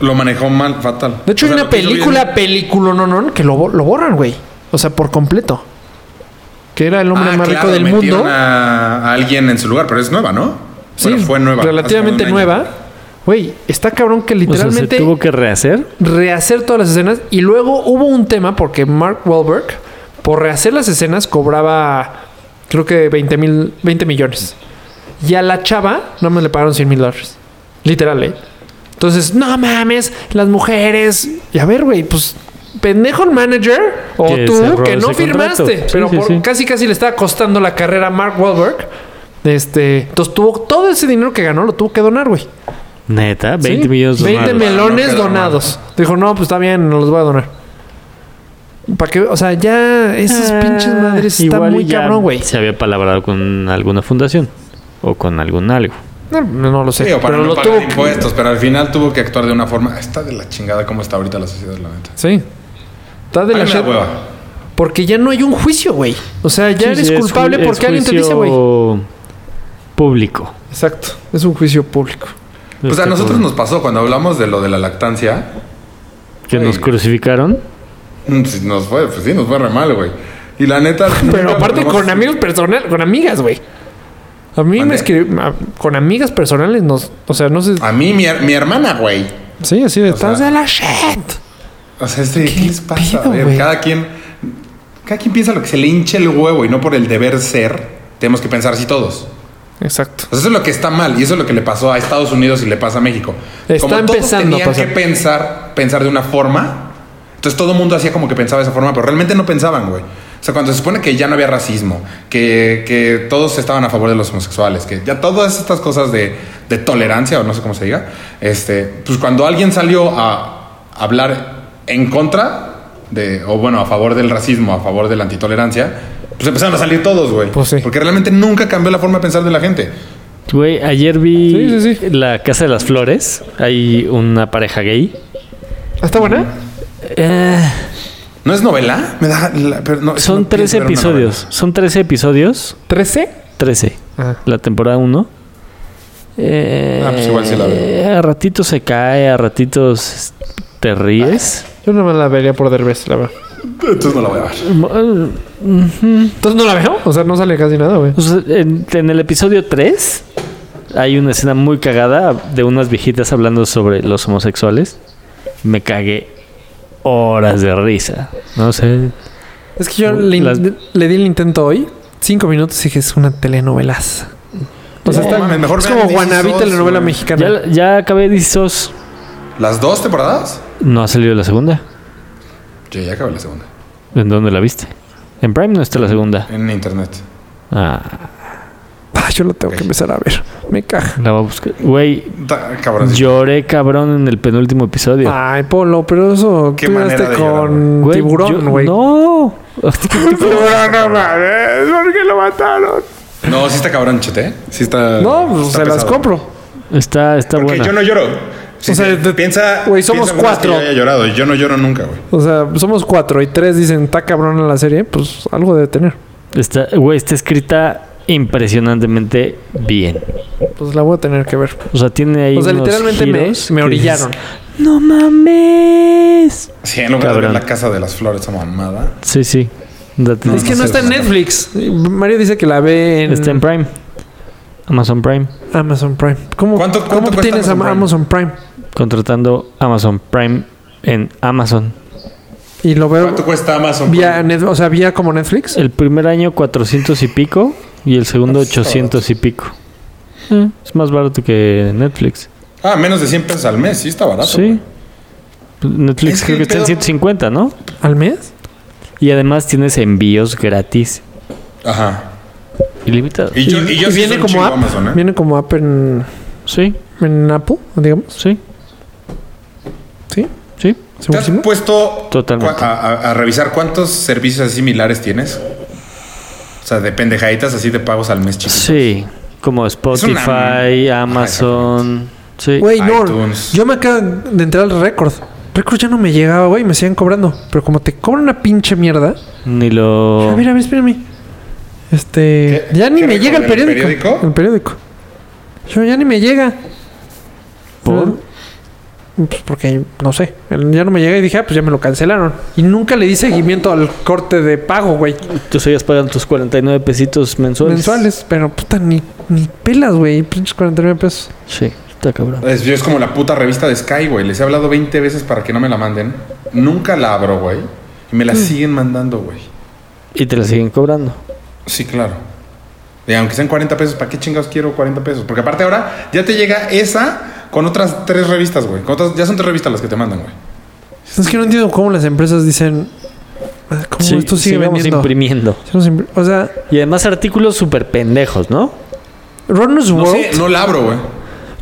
B: Lo manejó mal, fatal.
D: De hecho,
B: O sea,
D: hay
B: lo
D: una
B: que hizo bien-
D: película, película, no, no, que lo, bo- lo borran, güey. O sea, por completo. Que era el hombre
B: Ah,
D: más
B: claro,
D: rico del
B: metieron
D: mundo.
B: A, a alguien en su lugar, pero es nueva, ¿no?
D: Sí,
B: Bueno, fue nueva.
D: Relativamente
B: hace como un año.
D: nueva. Güey, está cabrón que
C: O sea,
D: literalmente
C: se tuvo que rehacer.
D: rehacer todas las escenas. Y luego hubo un tema porque Mark Wahlberg, por rehacer las escenas, cobraba creo que 20, mil, 20 millones. Y a la chava no me le pagaron 100 mil dólares. Literal, ¿eh? Entonces, no mames, las mujeres. Y a ver, güey, pues pendejo el manager o
C: Que se
D: tú
C: robó
D: que no
C: ese
D: firmaste.
C: contrato. Sí,
D: pero
C: sí,
D: por-
C: sí.
D: casi casi le estaba costando la carrera a Mark Wahlberg. Este, entonces tuvo todo ese dinero que ganó, lo tuvo que donar, güey.
C: Neta, 20
D: Sí,
C: millones de
D: 20
C: dólares.
D: melones
B: No queda
D: donados. Dijo, no, pues está bien, los voy a donar. ¿Para qué? O sea, ya esas
C: Ah,
D: pinches madres está
C: igual y
D: muy
C: ya
D: cabrón, güey.
C: Se había palabrado con alguna fundación o con algún algo.
D: No, no lo sé.
B: Sí, o para
D: pero
B: no
D: lo
B: pagar
D: tuvo. que-
B: impuestos, pero al final tuvo que actuar de una forma. "Ah, Está de la chingada como está ahorita la sociedad, la neta.
D: Sí. Está de
B: Ay,
D: la
B: me da
D: shit.
B: hueva.
D: Porque ya no hay un juicio, güey. O sea, ya eres
C: Sí, sí, es
D: culpable
C: ju- es
D: porque alguien te
C: juicio
D: dice, güey.
C: Público.
D: Exacto. Es un juicio público.
B: Pues a
C: Este,
B: nosotros
C: como-
B: nos pasó cuando hablamos de lo de la lactancia.
C: Que nos
B: Ay.
C: crucificaron.
B: mm, sí, Nos fue, pues sí, nos fue re mal, güey. Y la neta.
D: Pero
B: nunca
D: aparte
B: nos-
D: con amigos personales, con amigas, güey. A mí me
B: Mande.
D: escribió con amigas personales nos, o sea, no sé,
B: A mí, mi, her- mi hermana, güey.
D: sí, así de
B: sea,
D: estás de la shit.
B: O sea, este, ¿qué, les pasa?
D: pedo,
B: A ver,
D: güey?
B: cada quien. Cada quien piensa lo que se le hinche el huevo y no por el deber ser. Tenemos que pensar así todos.
D: Exacto.
B: O sea, eso es lo que está mal y eso es lo que le pasó a Estados Unidos y le pasa a México.
D: Está
B: como todos
D: empezando a
B: tenían
D: pasar.
B: que pensar, pensar de una forma, entonces todo el mundo hacía como que pensaba de esa forma, pero realmente no pensaban, güey. O sea, cuando se supone que ya no había racismo, que, que todos estaban a favor de los homosexuales, que ya todas estas cosas de, de tolerancia, o no sé cómo se diga, este, pues cuando alguien salió a hablar en contra de, o bueno, a favor del racismo, a favor de la antitolerancia, pues empezaron a salir todos, güey.
D: Pues sí.
B: Porque realmente nunca cambió la forma de pensar de la gente.
C: Güey, ayer vi
D: Sí, sí, sí.
C: la Casa de las Flores. Hay una pareja gay.
D: ¿Está buena?
C: Eh,
B: ¿No es novela? Me da la- pero no,
C: son
B: no
C: tres
B: pienso ver una
C: episodios. Son 13 episodios.
D: ¿13?
C: 13.
D: Ah.
C: La temporada 1.
B: Ah, pues igual sí la
D: Eh.
B: veo.
C: eh, A ratitos se cae, a ratitos te ríes.
D: Yo no me la vería por Derbez, la verdad.
B: novela. Entonces no la voy a ver.
C: Mm,
D: Entonces no la veo. O sea, no sale casi nada, güey.
C: O sea, en, en el episodio 3 hay una escena muy cagada de unas viejitas hablando sobre los homosexuales. Me cagué horas de risa. No sé.
D: Es que yo le,
C: Las-
D: le di el intento hoy, cinco minutos, y dije, es una telenovelaza. O sea,
B: No,
D: está,
B: mames, mejor
D: es
B: vean
D: como
B: This Is
D: Guanabí
B: Us,
D: telenovela
B: güey.
D: mexicana.
C: Ya, ya acabé Dizos.
B: ¿Las dos temporadas?
C: No ha salido la segunda.
B: Yo ya acabé la segunda.
C: ¿En dónde la viste? En Prime no está la segunda.
B: En internet.
C: Ah,
D: Ah, yo lo tengo que empezar a ver. Me caja.
C: la voy a buscar. Güey,
B: Ta- cabrón.
C: lloré cabrón en el penúltimo episodio.
D: Ay, Polo, pero eso
B: Qué
D: tú
B: manera
D: lloraste
B: de llorar,
D: con
C: Güey,
D: tiburón,
C: yo-
D: güey.
C: No.
D: Tiburón, no mames, ¿por qué lo mataron?
B: No, sí está cabrón, chete. Sí está.
D: No, pues, se
B: está
D: las
B: pesado.
D: compro.
C: está está
B: Porque
C: buena.
B: yo no lloro.
D: O sea,
B: sí,
D: te-
B: piensa.
D: güey, somos
B: piensa en unas que
D: cuatro.
B: Yo haya llorado. Yo no lloro nunca, güey.
D: O sea, somos cuatro y tres dicen, está cabrón en la serie, pues algo debe tener.
C: Está, güey, está escrita impresionantemente bien.
D: Pues la voy a tener que ver.
C: O sea, tiene ahí.
D: O sea,
C: unos
D: literalmente me,
C: giros
D: me
C: que dices,
D: orillaron.
C: No mames.
B: Sí, en lugar
C: Cabrón.
B: de ver la casa de las flores, esa mamada.
C: Sí, sí. Date-
D: es que no,
B: sé,
D: está en
B: no sé.
D: Netflix. Mario dice que la ve en,
C: Está en Prime. Amazon Prime.
D: Amazon Prime. ¿Cómo,
B: ¿Cuánto-
D: cómo
B: cuánto cuesta
D: tienes
B: Amazon
D: Ama-
B: Prime?
D: Amazon Prime?
C: Contratando Amazon Prime en Amazon.
D: Y lo veo
B: ¿Cuánto cuesta Amazon?
D: vía,
B: Prime?
D: net- o sea, vía como Netflix.
C: El primer año 400 y pico. Y el segundo 800 y pico. Eh, es más barato que Netflix.
B: Ah, menos de 100 pesos al mes. Sí, está barato.
C: Sí. Pues,
B: güey.
C: Netflix
B: Es que
C: creo que está en
B: pedo-
C: 150, ¿no?
D: ¿Al mes?
C: Y además tienes envíos gratis.
B: Ajá.
C: Ilimitados.
B: Y yo, y yo sí
D: viene
B: soy un
D: como
B: chingo
D: app.
B: Amazon, ¿eh?
D: Viene como app en,
C: Sí,
D: en Apple, digamos.
C: sí,
D: Sí,
B: ¿Te
C: sí.
B: has
D: segurísimo.
B: puesto
C: Totalmente.
B: cua- a, a- a revisar cuántos servicios así similares tienes? O sea, de pendejaditas así de pagos al mes, chicos.
C: Sí, como Spotify,
B: Ajá,
C: Amazon. Sí.
D: Güey, no.
B: iTunes.
D: Yo me acabo de entrar al récord. Recruit ya no me llegaba, güey, me siguen cobrando. Pero como te cobran una pinche mierda.
C: Ni lo.
D: Ah, mira, mira, espérame. Este.
B: ¿Qué-
D: ya ni
B: qué
D: me llega el
B: recordó? ¿El
D: periódico.
B: periódico?
D: El periódico. Yo ya ni me llega.
C: ¿Por?
D: Pues porque no sé. el- Ya no me llega y dije, ah, pues ya me lo cancelaron. Y nunca le di seguimiento al corte de pago, güey.
C: Tú seguías pagando tus 49 pesitos mensuales.
D: Mensuales. Pero puta, ni, ni pelas, güey. Pinches 49 pesos.
C: Sí, está cabrón.
B: Es, yo es como la puta revista de Sky, güey. Les he hablado 20 veces para que no me la manden. Nunca la abro, güey. Y me la siguen mandando, güey.
C: Y te la siguen cobrando.
B: Sí, claro. Y aunque sean 40 pesos, ¿para qué chingados quiero 40 pesos? Porque aparte ahora ya te llega esa con otras tres revistas, güey. Con otras- ya son tres revistas las que te mandan, güey.
D: Es que no entiendo cómo las empresas dicen. "Ah, ¿Cómo esto sigue
C: sigamos
D: vendiendo?
C: imprimiendo.
D: Sigamos impri- O sea,
C: Y además artículos súper pendejos, ¿no?
D: Runner's
B: No
D: World.
B: sé, no la abro, güey.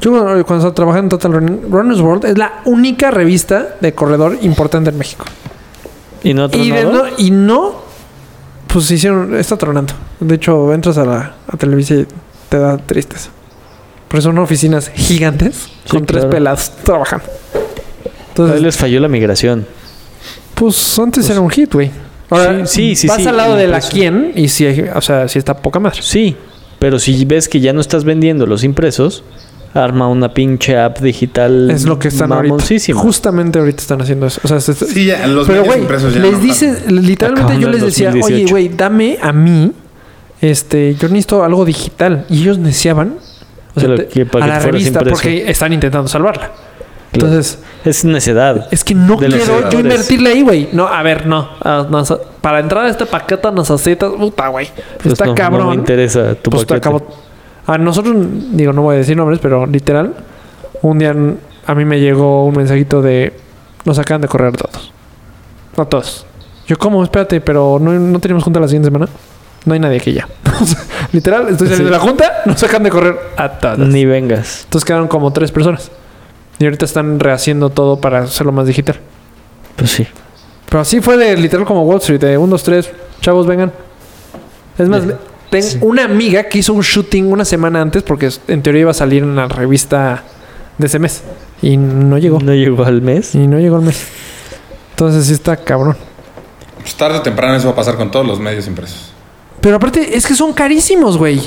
D: Yo cuando cuando estaba trabajando en Total Running, Runner's World es la única revista de corredor importante en México.
C: Y no otro
D: Y, de no, y no, pues se hicieron, está tronando. De hecho, entras a la a Televisa y te da tristeza. Pero son oficinas gigantes
C: Sí,
D: con tres
C: claro.
D: pelados trabajando. Entonces,
C: Ahí les falló la migración.
D: pues antes era un hit, güey. Ahora,
C: Sí, sí, sí,
D: vas
C: sí, pues,
D: al lado de la
C: impreso.
D: quien y si, o sea, si está poca madre.
C: Sí, pero si ves que ya no estás vendiendo los impresos, arma una pinche app digital.
D: Es lo que están ahorita.
C: mamoncísima.
D: Justamente ahorita están haciendo eso. O sea, se-
B: Sí, ya, los
D: Pero,
B: medios
D: güey,
B: impresos ya
D: les
B: no
D: dices,
B: están.
D: literalmente
C: Acabando
D: yo les
C: el
D: decía,
C: 2018.
D: oye, güey, dame a mí, este, yo necesito algo digital. Y ellos deseaban, o
C: De
D: sea,
C: lo
D: te-
C: que- para
D: a
C: que
D: la
C: te fueras
D: revista,
C: impreso.
D: porque están intentando salvarla.
C: Claro.
D: Entonces,
C: Es necedad.
D: es que no
C: De los
D: quiero yo
C: creadores.
D: invertirle ahí, güey. No, a ver, no. Ah, nos- para entrar a esta paqueta nos aceptas, puta, güey.
C: Pues
D: está
C: no-
D: cabrón.
C: No me interesa tu
D: Pues te
C: paquete.
D: acabo- A nosotros, digo, no voy a decir nombres, pero literal, un día n- a mí me llegó un mensajito de nos acaban de correr a todos. A todos. Yo, ¿cómo? Espérate, pero no, no tenemos junta la siguiente semana. No hay nadie aquí ya. O sea, literal, estoy saliendo de la junta, nos acaban de correr a todos.
C: Ni vengas.
D: Entonces quedaron como tres personas. Y ahorita están rehaciendo todo para hacerlo más digital.
C: Pues sí.
D: Pero así fue de literal como Wall Street, de 1, 2, 3, chavos, vengan. Es más, tengo una amiga que hizo un shooting una semana antes porque es- en teoría iba a salir en la revista de ese mes. Y no llegó. Mm.
C: No llegó al mes.
D: Y no llegó el mes. Entonces sí está cabrón.
B: Pues tarde o temprano eso va a pasar con todos los medios impresos.
D: Pero aparte, es que son carísimos, güey.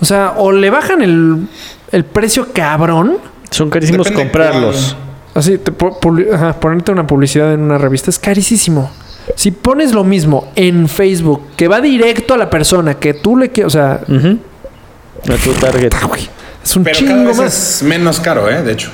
D: O sea, o le bajan el, el precio cabrón.
C: Son carísimos
B: Depende
C: comprarlos.
B: cuál.
D: Así, te po- publi- ajá, ponerte una publicidad en una revista es carísimo. Si pones lo mismo en Facebook, que va directo a la persona que tú le quieres, o sea,
C: Ujú. A tu target.
D: puta, Ah, güey, es un
B: Pero cada
D: chingo
B: vez
D: más.
B: es menos caro, ¿eh? De hecho.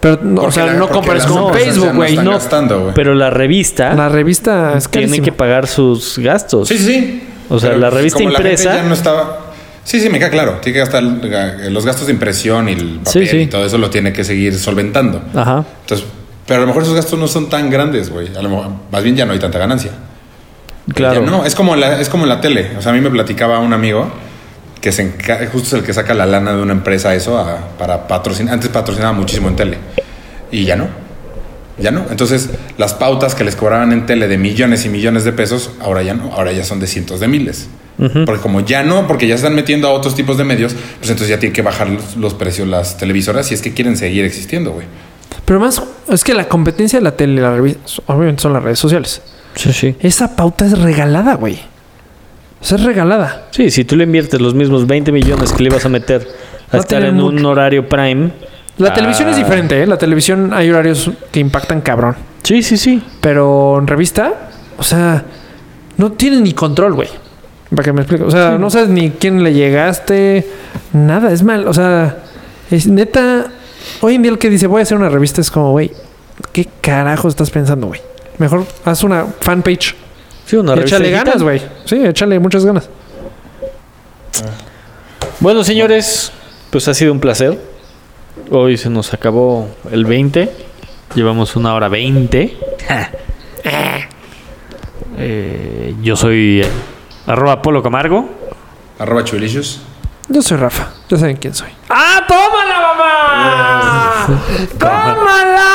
D: Pero, no, o
B: Porque
D: sea,
B: la-
D: no
B: porque
D: compares
B: las
D: con
B: empresas ya
D: Facebook, güey.
B: No,
D: No,
B: están gastando, güey.
C: Pero la revista
D: la revista es
C: tiene
D: carísima.
C: que pagar sus gastos.
B: Sí, sí, sí.
C: O sea, la revista
B: como gente
C: impresa-
B: ya no estaba... Sí, sí, me queda claro. Tiene que gastar eh, los gastos de impresión y el papel
C: Sí, sí.
B: y todo eso lo tiene que seguir solventando.
C: Ajá.
B: Entonces, pero a lo mejor esos gastos no son tan grandes, güey. A lo mejor, más bien ya no hay tanta ganancia.
C: Claro.
B: Ya no, es como, la, es como la tele. O sea, a mí me platicaba un amigo que se enca- justo es el que saca la lana de una empresa eso a- para patrocinar. Antes patrocinaba muchísimo en tele. Y ya no. Ya no. Entonces, las pautas que les cobraban en tele de millones y millones de pesos, ahora ya no. Ahora ya son de cientos de miles. Porque como ya no, porque ya se están metiendo a otros tipos de medios, pues entonces ya tienen que bajar los, los precios las televisoras si es que quieren seguir existiendo, güey.
D: Pero más, es que la competencia de la tele y la revista, obviamente son las redes sociales.
C: Sí, sí.
D: Esa pauta es regalada, güey. O sea, es regalada.
C: Sí, si tú le inviertes los mismos 20 millones que le ibas a meter a
D: Va a
C: estar
D: tener
C: en un
D: mucho.
C: horario prime.
D: La
C: Ah.
D: televisión es diferente, ¿eh? La televisión hay horarios que impactan cabrón.
C: Sí, sí, sí.
D: Pero en revista, o sea, no tienes ni control, güey. Para que me explique. O sea, no sabes ni quién le llegaste, nada, es mal. O sea, es neta. Hoy en día el que dice voy a hacer una revista es como, güey, ¿qué carajo estás pensando, güey? Mejor haz una fanpage.
C: Sí, una
D: Y
C: revista
D: Échale
C: digital.
D: ganas, güey. Sí, échale muchas ganas.
C: Bueno, señores, pues ha sido un placer. Hoy se nos acabó el 20. Llevamos una hora 20. Eh, yo soy eh, arroba Polo Camargo.
B: Arroba chulicious.
D: Yo soy Rafa, ya saben quién soy.
F: ¡Ah, tómala, mamá! ¡Tómala!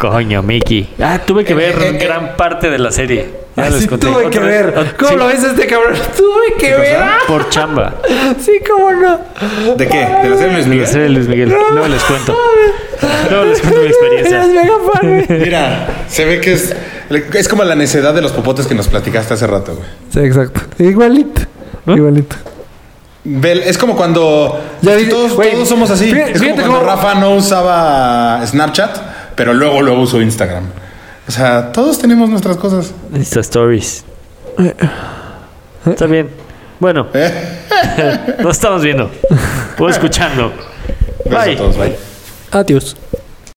C: Coño, Mickey. Ah, tuve que ver
B: Eh, eh, eh.
C: gran parte de la serie. Ya
A: Así
C: les conté.
A: Ah, tuve que
C: Otra vez.
A: ver.
C: Ot-
A: ¿Cómo
C: sí,
A: lo ves este cabrón? Tuve que ver.
B: cosa?
C: Por chamba.
A: Ah, Sí, cómo no.
B: ¿De qué? ¿De la serie Luis
C: Miguel,
B: Miguel?
C: serio, Luis Miguel. No les cuento. No les cuento mi
A: Eres
C: experiencia.
A: mega fan, güey.
B: Mira, se ve que es, es como la necedad de los popotes que nos platicaste hace rato, güey.
F: Sí, exacto. Igualito. Igualito.
B: Vel- es como cuando
F: Ya
B: es que
F: vi-
B: todos,
F: güey,
B: todos somos así.
F: fíjate-
B: es como
F: fíjate
B: cuando
F: cómo-
B: Rafa no usaba Snapchat, pero luego luego usó Instagram. O sea, todos tenemos nuestras cosas.
C: Insta Stories. Está bien. Bueno, nos estamos viendo o escuchando.
B: Besos a
C: Bye.
B: todos, bye.
D: Adiós.